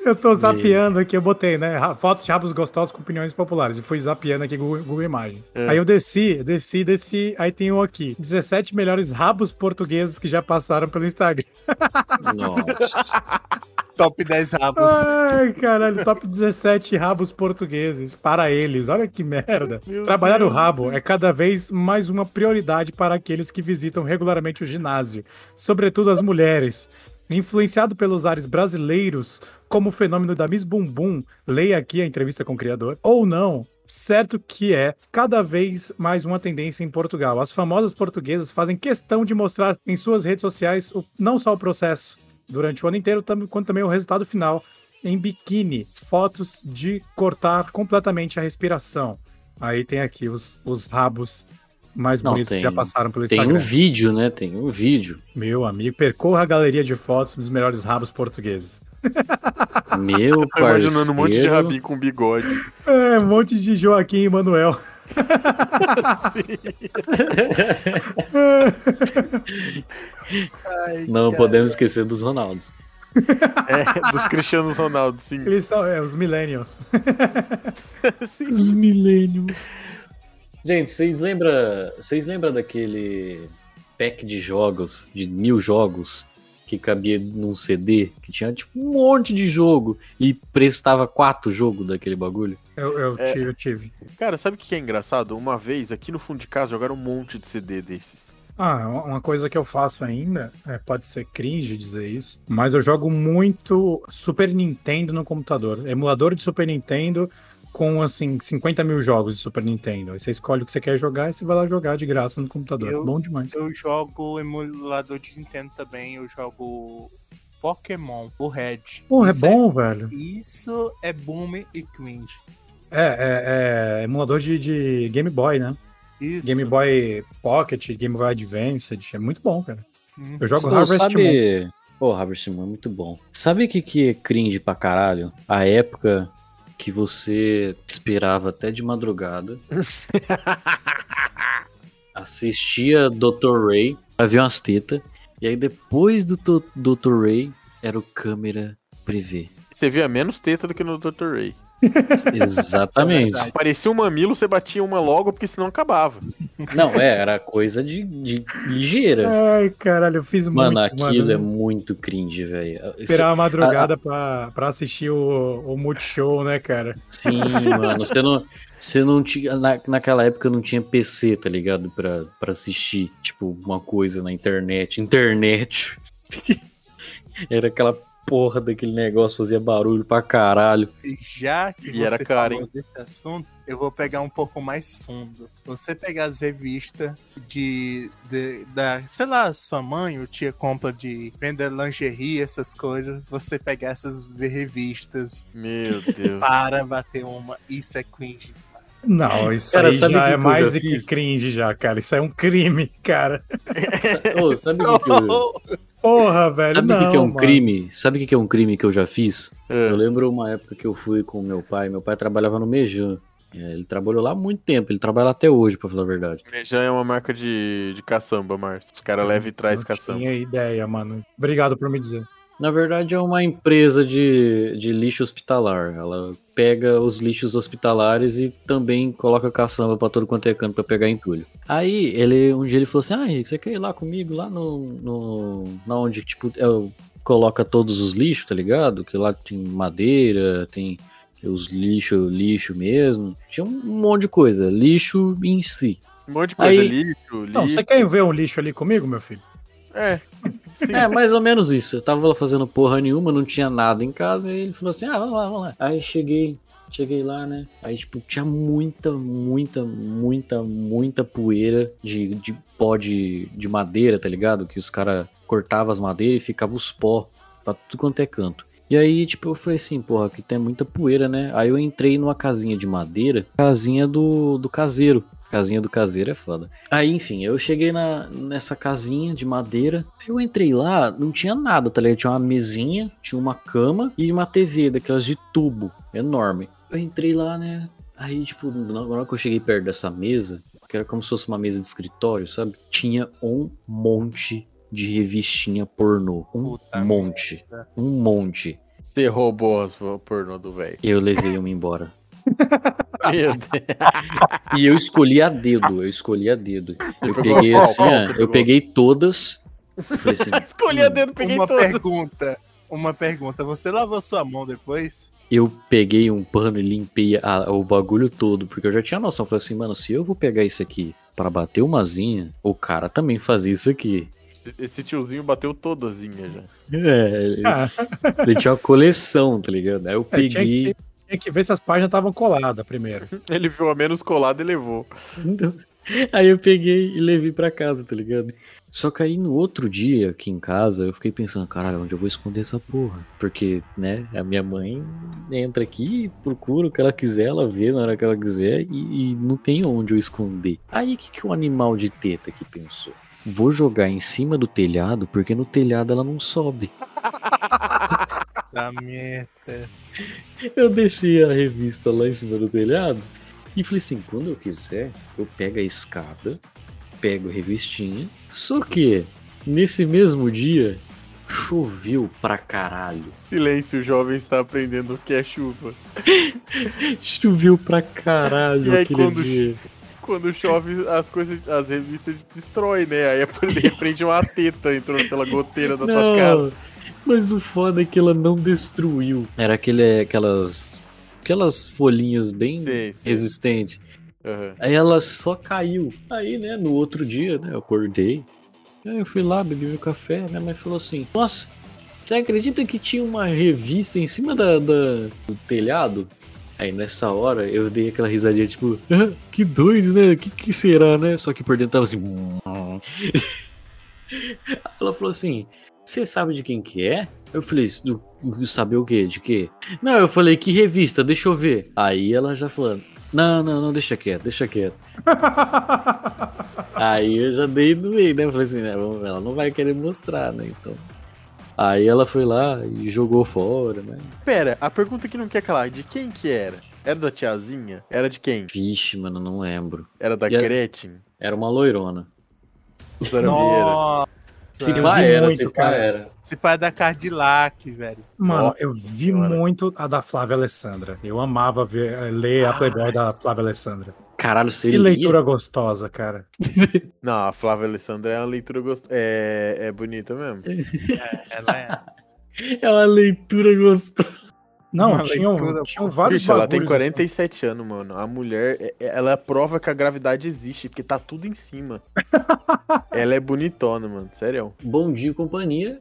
A: eu tô zapeando aqui, eu botei, né? ra- Fotos de rabos gostosos com opiniões populares. E fui zapeando aqui Google, Google Imagens.
H: É.
A: Aí eu desci, desci, desci. Aí tem um aqui: 17 melhores rabos portugueses que já passaram pelo Instagram.
B: Nossa.
D: Top 10 rabos.
A: Ai, caralho, top 17 rabos portugueses para eles. Olha que merda. Trabalhar o rabo é cada vez mais uma prioridade para aqueles que visitam regularmente o ginásio, sobretudo as mulheres. Influenciado pelos ares brasileiros, como o fenômeno da Miss Bumbum, leia aqui a entrevista com o criador, ou não. Certo que é cada vez mais uma tendência em Portugal. As famosas portuguesas fazem questão de mostrar em suas redes sociais o- não só o processo durante o ano inteiro, tam- quanto também o resultado final em biquíni, fotos de cortar completamente a respiração. Aí tem aqui os, os rabos mais
B: Não,
A: bonitos
B: tem-
A: que já passaram pelo
B: Tem
A: Instagram.
B: um vídeo, né? Tem um vídeo.
A: Meu amigo, percorra a galeria de fotos dos melhores rabos portugueses.
B: Meu
H: Tô
B: parceiro.
H: imaginando um monte de rabinho com bigode.
A: É, um monte de Joaquim e Manuel.
D: Ai,
B: Não
D: cara.
B: podemos esquecer dos Ronaldos.
H: É, dos Cristianos Ronaldo, sim.
A: Eles são é, os millennials.
B: Os milênios. Gente, vocês lembram, vocês lembram daquele pack de jogos, de mil jogos, que cabia num CD, que tinha tipo um monte de jogo e prestava quatro jogos daquele bagulho?
A: Eu, eu,
H: É.
A: ti- eu tive.
H: Cara, sabe o que que é engraçado? Uma vez, aqui no fundo de casa, jogaram um monte de CD desses.
A: Ah, uma uma coisa que eu faço ainda, é, pode ser cringe dizer isso, mas eu jogo muito Super Nintendo no computador. Emulador de Super Nintendo com, assim, 50 mil jogos de Super Nintendo. Aí você escolhe o que você quer jogar e você vai lá jogar de graça no computador.
D: Eu-
A: Bom demais.
D: Eu jogo emulador de Nintendo também, eu jogo Pokémon, o Red.
A: Porra, é
D: Isso
A: bom, velho.
D: Isso é boom e cringe.
A: É, é, é emulador de, de Game Boy, né?
D: Isso.
A: Game Boy Pocket, Game Boy Advance, é muito bom, cara.
D: Hum.
A: Eu jogo
B: Pô,
A: Harvest Moon.
B: sabe... Pô, Harvest Moon é muito bom. Sabe o que, que é cringe pra caralho? A época que você esperava até de madrugada. assistia Dr. Ray pra ver umas tetas. E aí depois do to- Dr. Ray era o câmera prevê.
H: Você via menos teta do que no Dr. Ray.
B: Exatamente.
A: é
D: verdade.
H: Parecia um mamilo, você batia uma logo, porque senão acabava.
B: Não, é, era coisa de, de ligeira.
A: Ai, caralho, eu fiz É, muito, né?
B: Mano, aquilo é muito cringe, velho.
A: Esperar a madrugada pra, pra assistir o, o Multishow, né, cara?
B: Sim, mano. Você não, você não tinha. na- naquela época não tinha PC, tá ligado? Pra, pra assistir, tipo, uma coisa na internet. Internet. Era aquela porra daquele negócio, fazia barulho pra caralho.
D: E já que
H: E
D: você
H: era caro,
D: falou desse assunto, eu vou pegar um pouco mais fundo. Você pegar as revistas de, de- da, sei lá, sua mãe ou tia compra de venda lingerie, essas coisas, você pegar essas revistas
H: Meu Deus.
D: para bater uma, isso é cringe.
A: Não, isso
B: Cara,
A: aí
B: sabe o
A: já
B: que que
A: é
B: eu
A: mais
B: já
A: do que
B: fiz?
A: cringe já, cara. Isso é um crime, cara.
B: Sa- ô, sabe o que, que eu-
A: Porra, velho,
B: sabe o
A: não,
B: que que é um
A: mano.
B: crime? Sabe o que que é um crime que eu já fiz? Eu
H: É.
B: lembro uma época que eu fui com meu pai. Meu pai trabalhava no Mejan. É, Ele trabalhou lá há muito tempo, ele trabalha lá até hoje, pra falar a verdade.
H: Já é uma marca de, de caçamba, Márcio. Os caras levam e traz
A: Não
H: caçamba.
A: tinha ideia, mano. Obrigado por me dizer.
B: Na verdade, é uma empresa de, de lixo hospitalar. Ela pega os lixos hospitalares e também coloca caçamba pra todo quanto é canto pra pegar entulho. Aí, ele, um dia ele falou assim: Ah, Henrique, você quer ir lá comigo, lá no. no na onde, tipo, é, o- coloca todos os lixos, tá ligado? Que lá tem madeira, tem os lixo, lixo mesmo. Tinha um monte de coisa, lixo em si.
H: Um monte de coisa,
B: Aí-
H: lixo, lixo.
A: Não, você quer ver um lixo ali comigo, meu filho?
H: É. Sim.
B: É, mais ou menos isso. Eu tava lá fazendo porra nenhuma, não tinha nada em casa, e ele falou assim: ah, vamos lá, vamos lá. Aí cheguei, cheguei lá, né? Aí, tipo, tinha muita, muita, muita, muita poeira de, de pó de, de madeira, tá ligado? Que os caras cortavam as madeiras e ficava os pó pra tudo quanto é canto. E aí, tipo, eu falei assim, porra, aqui tem muita poeira, né? Aí eu entrei numa casinha de madeira, casinha do, do caseiro. Casinha do caseiro é foda. Aí, enfim, eu cheguei na, nessa casinha de madeira. Aí eu entrei lá, não tinha nada, tá ligado? Tinha uma mesinha, tinha uma cama e uma TV daquelas de tubo, enorme. Eu entrei lá, né? Aí, tipo, na hora que eu cheguei perto dessa mesa, que era como se fosse uma mesa de escritório, sabe? Tinha um monte de revistinha pornô. Um
D: Puta
B: monte. Um monte.
H: Você roubou as vo- pornô do velho.
B: Eu levei uma embora.
H: Meu Deus.
B: E eu escolhi a dedo, eu escolhi a dedo. Eu
H: pegou
B: peguei
H: qual?
B: assim,
H: Qual
B: ó,
H: você
B: eu
H: pegou?
B: peguei todas. Eu Falei assim,
H: Escolhi a dedo, peguei
D: Uma
H: todas.
D: pergunta. Uma pergunta. Você lavou sua mão depois?
B: eu peguei um pano e limpei a- o bagulho todo, porque eu já tinha noção. Eu falei assim, mano, se eu vou pegar isso aqui pra bater uma zinha, o cara também fazia isso aqui.
H: Esse- Esse tiozinho bateu todazinha já.
B: É, ele,
A: Ah.
B: ele tinha uma coleção, tá ligado? Aí eu
A: É, tinha,
B: peguei.
A: que, tinha que ver se as páginas estavam coladas primeiro.
H: Ele viu a menos colada e levou.
B: Aí eu peguei e levei pra casa, tá ligado? Só que aí no outro dia aqui em casa eu fiquei pensando, caralho, onde eu vou esconder essa porra? Porque, né, a minha mãe entra aqui, procura o que ela quiser, ela vê na hora que ela quiser e, e não tem onde eu esconder. Aí o que, que o animal de teta que pensou? Vou jogar em cima do telhado porque no telhado ela não sobe.
D: Tá merda.
B: Eu deixei a revista lá em cima do telhado e falei assim: quando eu quiser, eu pego a escada, pego a revistinha. Só que nesse mesmo dia choveu pra caralho.
H: Silêncio, o jovem está aprendendo o que é chuva.
B: Choveu pra caralho
H: E aí,
B: aquele
H: quando
B: dia.
H: Quando chove, as coisas, as revistas destrói, né? Aí de repente uma teta entrou pela goteira da tua cara.
B: Não, mas o foda é que ela não destruiu. Era aquele, aquelas, aquelas folhinhas bem
H: Sei, sei.
B: resistentes.
H: Aham.
B: Aí ela só caiu. Aí, né, no outro dia, né, eu acordei. Aí eu fui lá, bebi meu café, minha mãe falou assim, nossa, você acredita que tinha uma revista em cima da, da- do telhado? Aí nessa hora eu dei aquela risadinha, tipo, "Ah, que doido, né? O que, que será, né? Só que por dentro tava assim. "Hum". Ela falou assim: Você sabe de quem que é? Eu falei, "Do- saber o quê? De quê? Não, eu falei, que revista? Deixa eu ver. Aí ela já falando. Não, não, não, deixa quieto, deixa quieto. Aí eu já dei no meio, né? Eu Falei assim, né, vamos- ela não vai querer mostrar, né? Então. Aí ela foi lá e jogou fora, né?
H: Pera, a pergunta que não quer calar, de quem que era? Era da tiazinha? Era de quem?
B: Vixe, mano, não lembro.
H: Era da
B: E era-
H: Gretchen?
B: Era uma loirona.
H: Zarambeira.
A: Eu
B: Se
A: vi
B: pá era,
A: muito,
B: se pá
A: cara.
B: era.
D: Esse pai é da Cardillac, velho.
A: Mano,
H: Nossa
A: eu vi
H: senhora.
A: muito a da Flávia Alessandra. Eu amava ver, eh, ler a Playboy da Flávia Alessandra.
B: Caralho, se
A: Que
B: ele
A: leitura gostosa, cara.
H: Não, a Flávia Alessandra é uma leitura gost... é... é bonita mesmo.
D: Ela é.
B: lia, é uma leitura gostosa.
A: Não,
D: Uma
A: tinham,
D: leitura-
A: tinham vários
H: Bicho, ela tem
A: bagulhos, assim.
H: 47 anos, mano. A mulher, é- é- ela prova que a gravidade existe, porque tá tudo em cima. ela é bonitona, mano. Sério.
B: Bom dia, e companhia.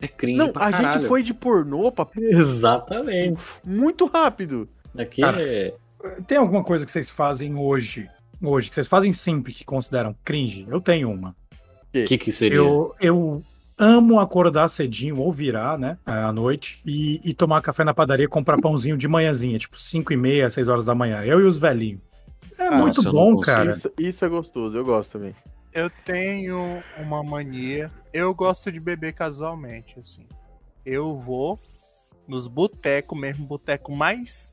B: É cringe
H: Não,
B: pra
H: a
B: caralho.
H: gente foi de pornô pra
B: Exatamente.
H: muito rápido.
B: Aqui
A: Cara,
B: é.
A: assim. Tem alguma coisa que vocês fazem hoje? Hoje, que vocês fazem sempre que consideram cringe? Eu tenho uma.
B: O que, que seria?
A: Eu, eu amo acordar cedinho ou virar, né? À noite e, e tomar café na padaria e comprar pãozinho de manhãzinha, tipo 5 e meia, 6 horas da manhã. Eu e os velhinhos. É
H: Ah,
A: muito
B: nossa, eu não
A: bom,
B: consigo.
A: cara.
H: Isso, isso é gostoso, eu gosto também.
D: Eu tenho uma mania. Eu gosto de beber casualmente, assim. Eu vou nos botecos mesmo, boteco mais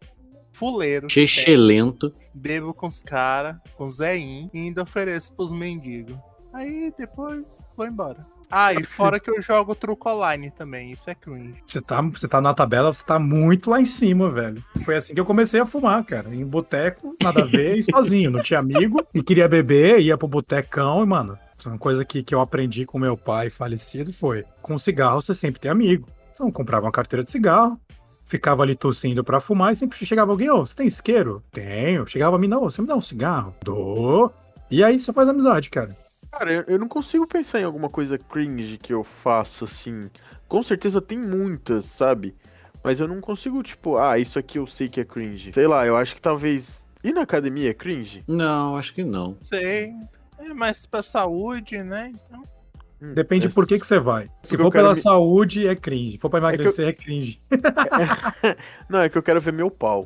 D: fuleiro. que tem.
B: Chechelento.
D: Bebo com os caras, com o Zéin, e ainda ofereço pros mendigos. Aí depois vou embora. Ah, e fora que eu jogo truco online também, isso é cringe.
A: Você tá, você tá na tabela, você tá muito lá em cima, velho. Foi assim que eu comecei a fumar, cara. Em boteco, nada a ver, e sozinho. Não tinha amigo, e queria beber, ia pro botecão, e, mano, uma coisa que, que eu aprendi com meu pai falecido foi: com cigarro você sempre tem amigo. Então, eu comprava uma carteira de cigarro, ficava ali tossindo pra fumar, e sempre chegava alguém: ô, você tem isqueiro? Tenho. Chegava a mim: não, você me dá um cigarro? Dou. E aí você faz amizade, cara.
C: Cara, eu, eu não consigo pensar em alguma coisa cringe que eu faço assim. Com certeza tem muitas, sabe? Mas eu não consigo, tipo, ah, isso aqui eu sei que é cringe. Sei lá, eu acho que talvez. Ir na academia é cringe?
B: Não, acho que não.
D: sei. É mais pra saúde, né? Então,
C: Hum,
A: Depende
C: é-
A: por que, que você vai.
C: Porque
A: Se
C: eu
A: for
C: quero
A: pela
C: me-
A: saúde, é cringe. Se for pra
C: que eu-
A: emagrecer, é cringe.
C: Não, é que eu quero ver meu pau.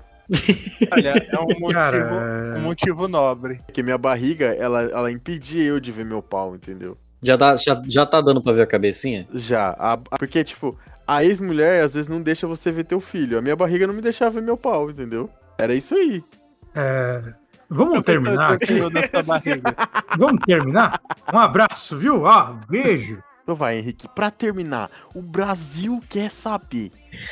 D: olha, é um motivo,
A: Cara,
D: um motivo nobre.
C: Porque minha barriga, ela, ela impedia eu de ver meu pau, entendeu?
B: Já, dá, já, já tá dando pra ver a cabecinha?
C: Já. a- a- porque, tipo, a ex-mulher às vezes não deixa você ver teu filho. A minha barriga não me deixava ver meu pau, entendeu? Era isso aí.
A: é, Vamos terminar?
D: Eu tô- tô sentindo na sua barriga.
A: Vamos terminar? Um abraço, viu? Ah, beijo.
C: Então vai, Henrique, pra terminar, o Brasil quer saber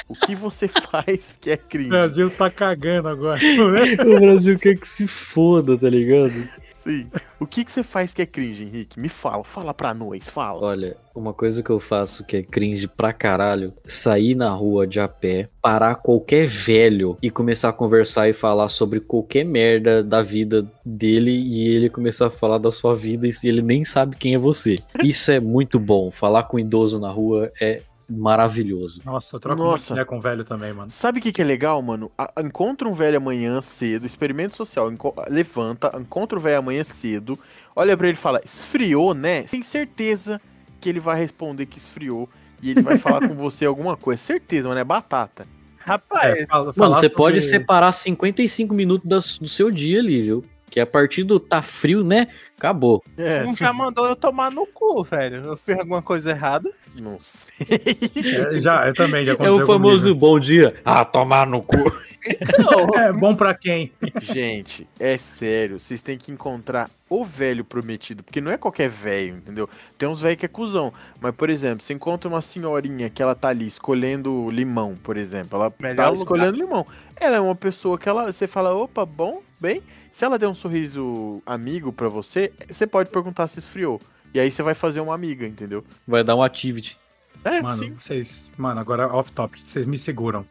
C: o que você faz que é
A: O
C: cringe.
A: Brasil tá cagando agora. né?
B: o Brasil quer que se foda, tá ligado?
C: Sim. O que, que você faz que é cringe, Henrique? Me fala, fala pra nós, fala.
B: Olha, uma coisa que eu faço que é cringe pra caralho, sair na rua de a pé, parar qualquer velho e começar a conversar e falar sobre qualquer merda da vida dele e ele começar a falar da sua vida e ele nem sabe quem é você. Isso é muito bom. Falar com idoso na rua é maravilhoso.
A: Nossa, eu troco
C: Nossa.
A: muito ideia com o velho também, mano.
C: Sabe o que, que é legal, mano? A- encontra um velho amanhã cedo, experimento social. enco- Levanta, encontra o velho amanhã cedo, olha pra ele e fala: esfriou, né? Tem certeza que ele vai responder que esfriou e ele vai falar com você alguma coisa. Certeza, mano, é batata.
D: Rapaz,
A: É, fala-
B: Mano,
A: falar
B: você pode
A: sobre-
B: separar 55 minutos das- do seu dia ali, viu? Que a partir do tá frio, né? Acabou.
C: É,
D: um já mandou eu tomar no cu, velho. Eu fiz alguma coisa errada.
C: não sei.
A: É, já, eu também, já
B: É
A: aconteceu
B: o famoso
A: comigo.
B: bom dia. Ah, tomar no cu.
D: Não,
A: É bom pra quem?
C: Gente, é sério, vocês têm que encontrar o velho prometido, porque não é qualquer velho, entendeu? Tem uns velhos que é cuzão, mas por exemplo, você encontra uma senhorinha que ela tá ali escolhendo limão, por exemplo, ela
D: Melhor
C: tá
D: lugar.
C: escolhendo limão. Ela é uma pessoa que ela, você fala, opa, bom, bem. Se ela der um sorriso amigo pra você, você pode perguntar se esfriou. E aí você vai fazer uma amiga, entendeu?
B: Vai dar um activity.
C: É,
A: Mano,
C: sim.
A: vocês. Mano, agora off topic. Vocês me seguram.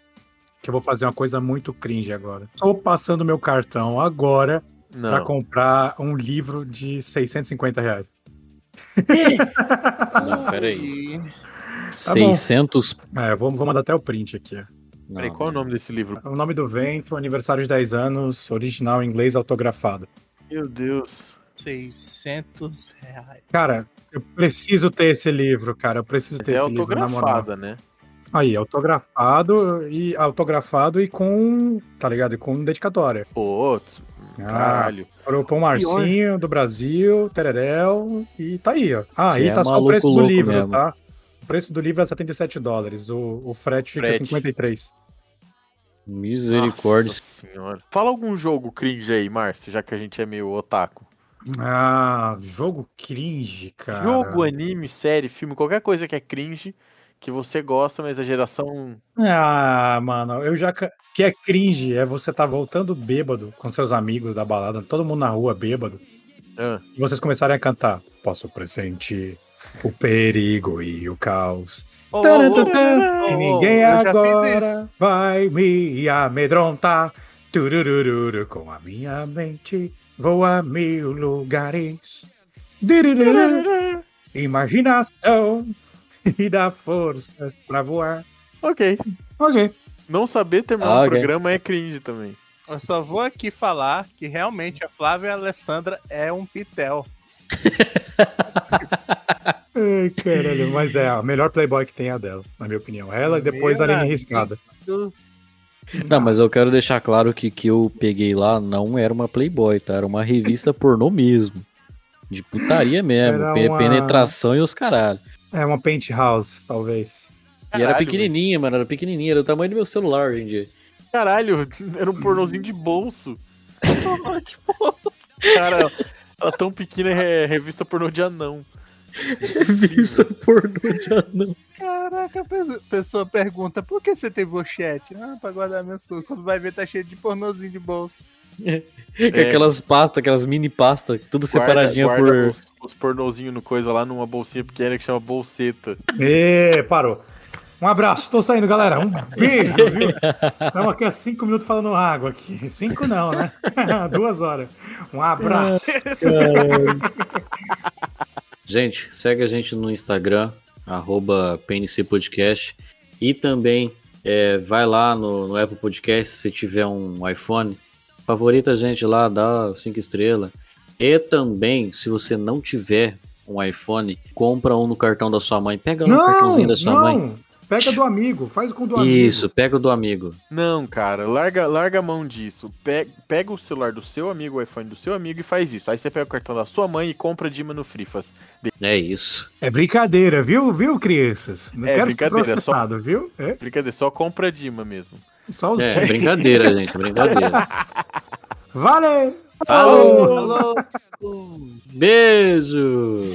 A: Que eu vou fazer uma coisa muito cringe agora. Estou passando meu cartão agora pra
C: Não.
A: comprar um livro de 650 reais.
B: Não, peraí.
D: E
B: 600.
A: É, eu vou, vou mandar até o print aqui. ó.
B: Não,
C: Peraí, qual é o nome desse livro?
A: O nome do vento, aniversário de 10 anos, original em inglês autografado.
C: Meu Deus.
D: 600 reais.
A: Cara, eu preciso ter esse livro, cara. Eu preciso
C: Mas
A: ter
C: é
A: esse livro, na moral.
C: autografada, né?
A: Aí, autografado e autografado e com, tá ligado? E com dedicatória.
C: Putz,
A: Ah,
C: caralho.
A: Pro Pão Marcinho um do Brasil, Tererel, e tá aí, ó. Ah,
B: Que
A: aí
B: é
A: tá só o
B: maluco
A: preço do
B: louco
A: livro,
B: mesmo.
A: tá? O preço do livro é 77 dólares, o, o frete fica
C: Frete.
A: 53.
B: Misericórdia.
C: Nossa senhora. Fala algum jogo cringe aí, Márcio, já que a gente é meio otaku.
A: Ah, jogo cringe, cara.
C: Jogo, anime, série, filme, qualquer coisa que é cringe, que você gosta, mas a geração.
A: Ah, mano, eu já. ca- Que é cringe, é você tá voltando bêbado com seus amigos da balada, todo mundo na rua bêbado.
C: Ah,
A: e vocês começarem a cantar Posso pressentir o perigo e o caos.
D: Ô, ô, ô,
A: Tarantã, e
D: ô,
A: ninguém
D: eu já fiz
A: agora
D: isso.
A: vai me amedrontar. Tururururu, com a minha mente vou a mil lugares. Dirururu, Imaginação e dá forças pra voar.
C: ok.
A: Ok.
C: Não saber terminar
B: Ah,
C: o
B: ok.
C: programa é cringe também.
D: Eu só vou aqui falar que realmente a Flávia Alessandra é um pitel.
A: Ai, caralho, mas é a melhor Playboy que tem é a dela, na minha opinião. Ela
C: É
A: e depois a
D: Meu
A: Aline
D: amigo.
A: Riscada.
D: Do-
B: Não, mas eu quero deixar claro que que eu peguei lá não era uma Playboy, tá? Era uma revista pornô mesmo. De putaria mesmo.
A: Era
B: pe-
A: uma-
B: Penetração e os caralho.
A: É uma penthouse, talvez.
B: e era
C: Caralho,
B: pequenininha, mano. Era pequenininha. Era o tamanho do meu celular hoje em dia.
C: mas- Caralho, era um pornozinho de bolso.
D: tipo,
C: Cara, ela tão pequena é revista pornô de anão.
B: Revista pornô já não.
D: Caraca, a peso- pessoa pergunta, por que você tem bochete? Ah, pra guardar minhas coisas. Quando vai ver, tá cheio de pornozinho de bolso.
B: É. Aquelas pastas, aquelas mini pastas, tudo separadinha
C: guarda, guarda
B: por.
C: os, os pornozinhos no coisa lá numa bolsinha pequena que chama bolseta.
A: Ê, parou. Um abraço, tô saindo, galera. Um beijo, viu? Estamos aqui há cinco minutos falando água aqui. Cinco não, né? Duas horas. Um abraço.
B: Gente, segue a gente no Instagram, arroba PNC Podcast. E também é, vai lá no, no Apple Podcast, se tiver um iPhone, favorita a gente lá, dá cinco estrelas. E também, se você não tiver um iPhone, compra um no cartão da sua mãe. Pega lá no cartãozinho da sua mãe.
A: Pega do amigo, faz com o do
B: Isso, pega o do amigo.
C: Não, cara, larga, larga a mão disso. Pe- Pega, o celular do seu amigo, o iPhone do seu amigo e faz isso. Aí você pega o cartão da sua mãe e compra Dima no Frifas.
B: É isso.
A: amigo. É brincadeira, viu, viu, crianças? Não
C: É
A: quero ser
C: brincadeira, é só-
A: processado, viu? É,
C: Brincadeira, só compra Dima mesmo.
A: só os
B: É, brincadeira, gente, brincadeira.
A: Vale!
B: Falou!
D: Alô?
B: Beijo!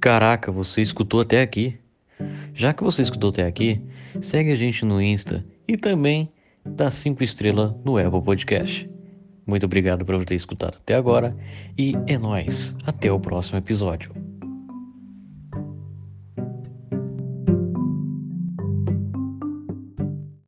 B: Caraca, você escutou até aqui? Já que você escutou até aqui, segue a gente no Insta e também dá 5 estrelas no Apple Podcast. Muito obrigado por ter escutado até agora e é nóis. Até o próximo episódio.